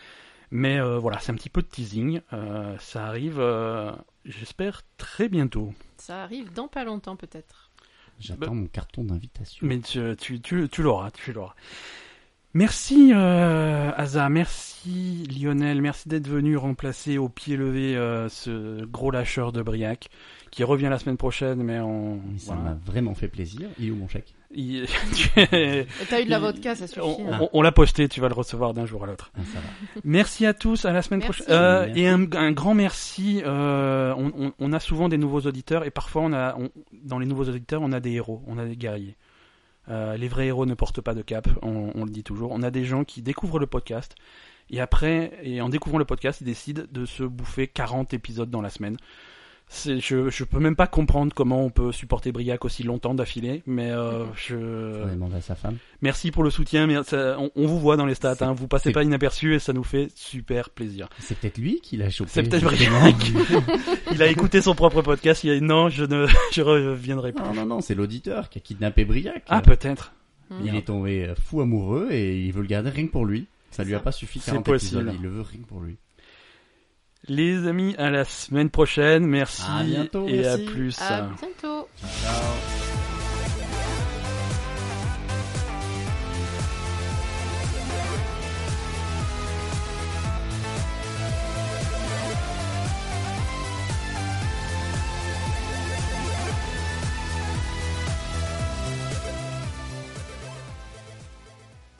A: Mais euh, voilà, c'est un petit peu de teasing. Euh, ça arrive, euh, j'espère très bientôt.
B: Ça arrive dans pas longtemps peut-être.
A: Bah-
C: J'attends mon carton d'invitation.
A: Mais tu, tu, tu, tu l'auras, tu l'auras. Merci euh, Asa, merci Lionel, merci d'être venu remplacer au pied levé euh, ce gros lâcheur de Briac qui revient la semaine prochaine, mais on.
C: Mais ça
A: voilà.
C: m'a vraiment fait plaisir. Il est où mon chèque
A: Il- tu-
B: Et T'as eu de la
A: Il- Oh,
B: vodka, ça suffit.
A: on
B: hein.
A: on- on l'a posté, tu vas le recevoir d'un jour à l'autre.
C: Ah, ça va.
A: Merci à tous, à la semaine
B: Merci.
A: prochaine. Euh, et un, un grand merci. euh, on, on- on a souvent des nouveaux auditeurs et parfois on a, on- dans les nouveaux auditeurs, on a des héros, on a des guerriers. Euh, les vrais héros ne portent pas de cap, on, on le dit toujours. On a des gens qui découvrent le podcast et après, et en découvrant le podcast, ils décident de se bouffer 40 épisodes dans la semaine. c'est- je, je peux même pas comprendre comment on peut supporter Briac aussi longtemps d'affilée, mais euh,
C: On
A: je.
C: va demander à sa femme.
A: Merci pour le soutien, mais ça- on, on vous voit dans les stats,
C: C'est-
A: hein, vous passez
C: c'est-
A: pas inaperçu et ça nous fait super plaisir.
C: C'est peut-être lui qui l'a chopé.
A: C'est peut-être Briac.
C: justement.
A: Il a écouté son propre podcast, il a dit non, je ne je reviendrai pas.
C: non, non, non, c'est l'auditeur qui a kidnappé Briac.
A: Ah, peut-être.
B: Mmh.
C: il est tombé fou amoureux et il veut le garder rien que pour lui. Ça lui a
B: Ça.
C: pas suffi
A: C'est
C: 40
A: possible.
C: épisodes, il le veut rien que pour lui.
A: Les amis, à la semaine prochaine, merci
C: À bientôt,
A: et à
C: merci.
A: plus.
B: À bientôt.
C: Ciao.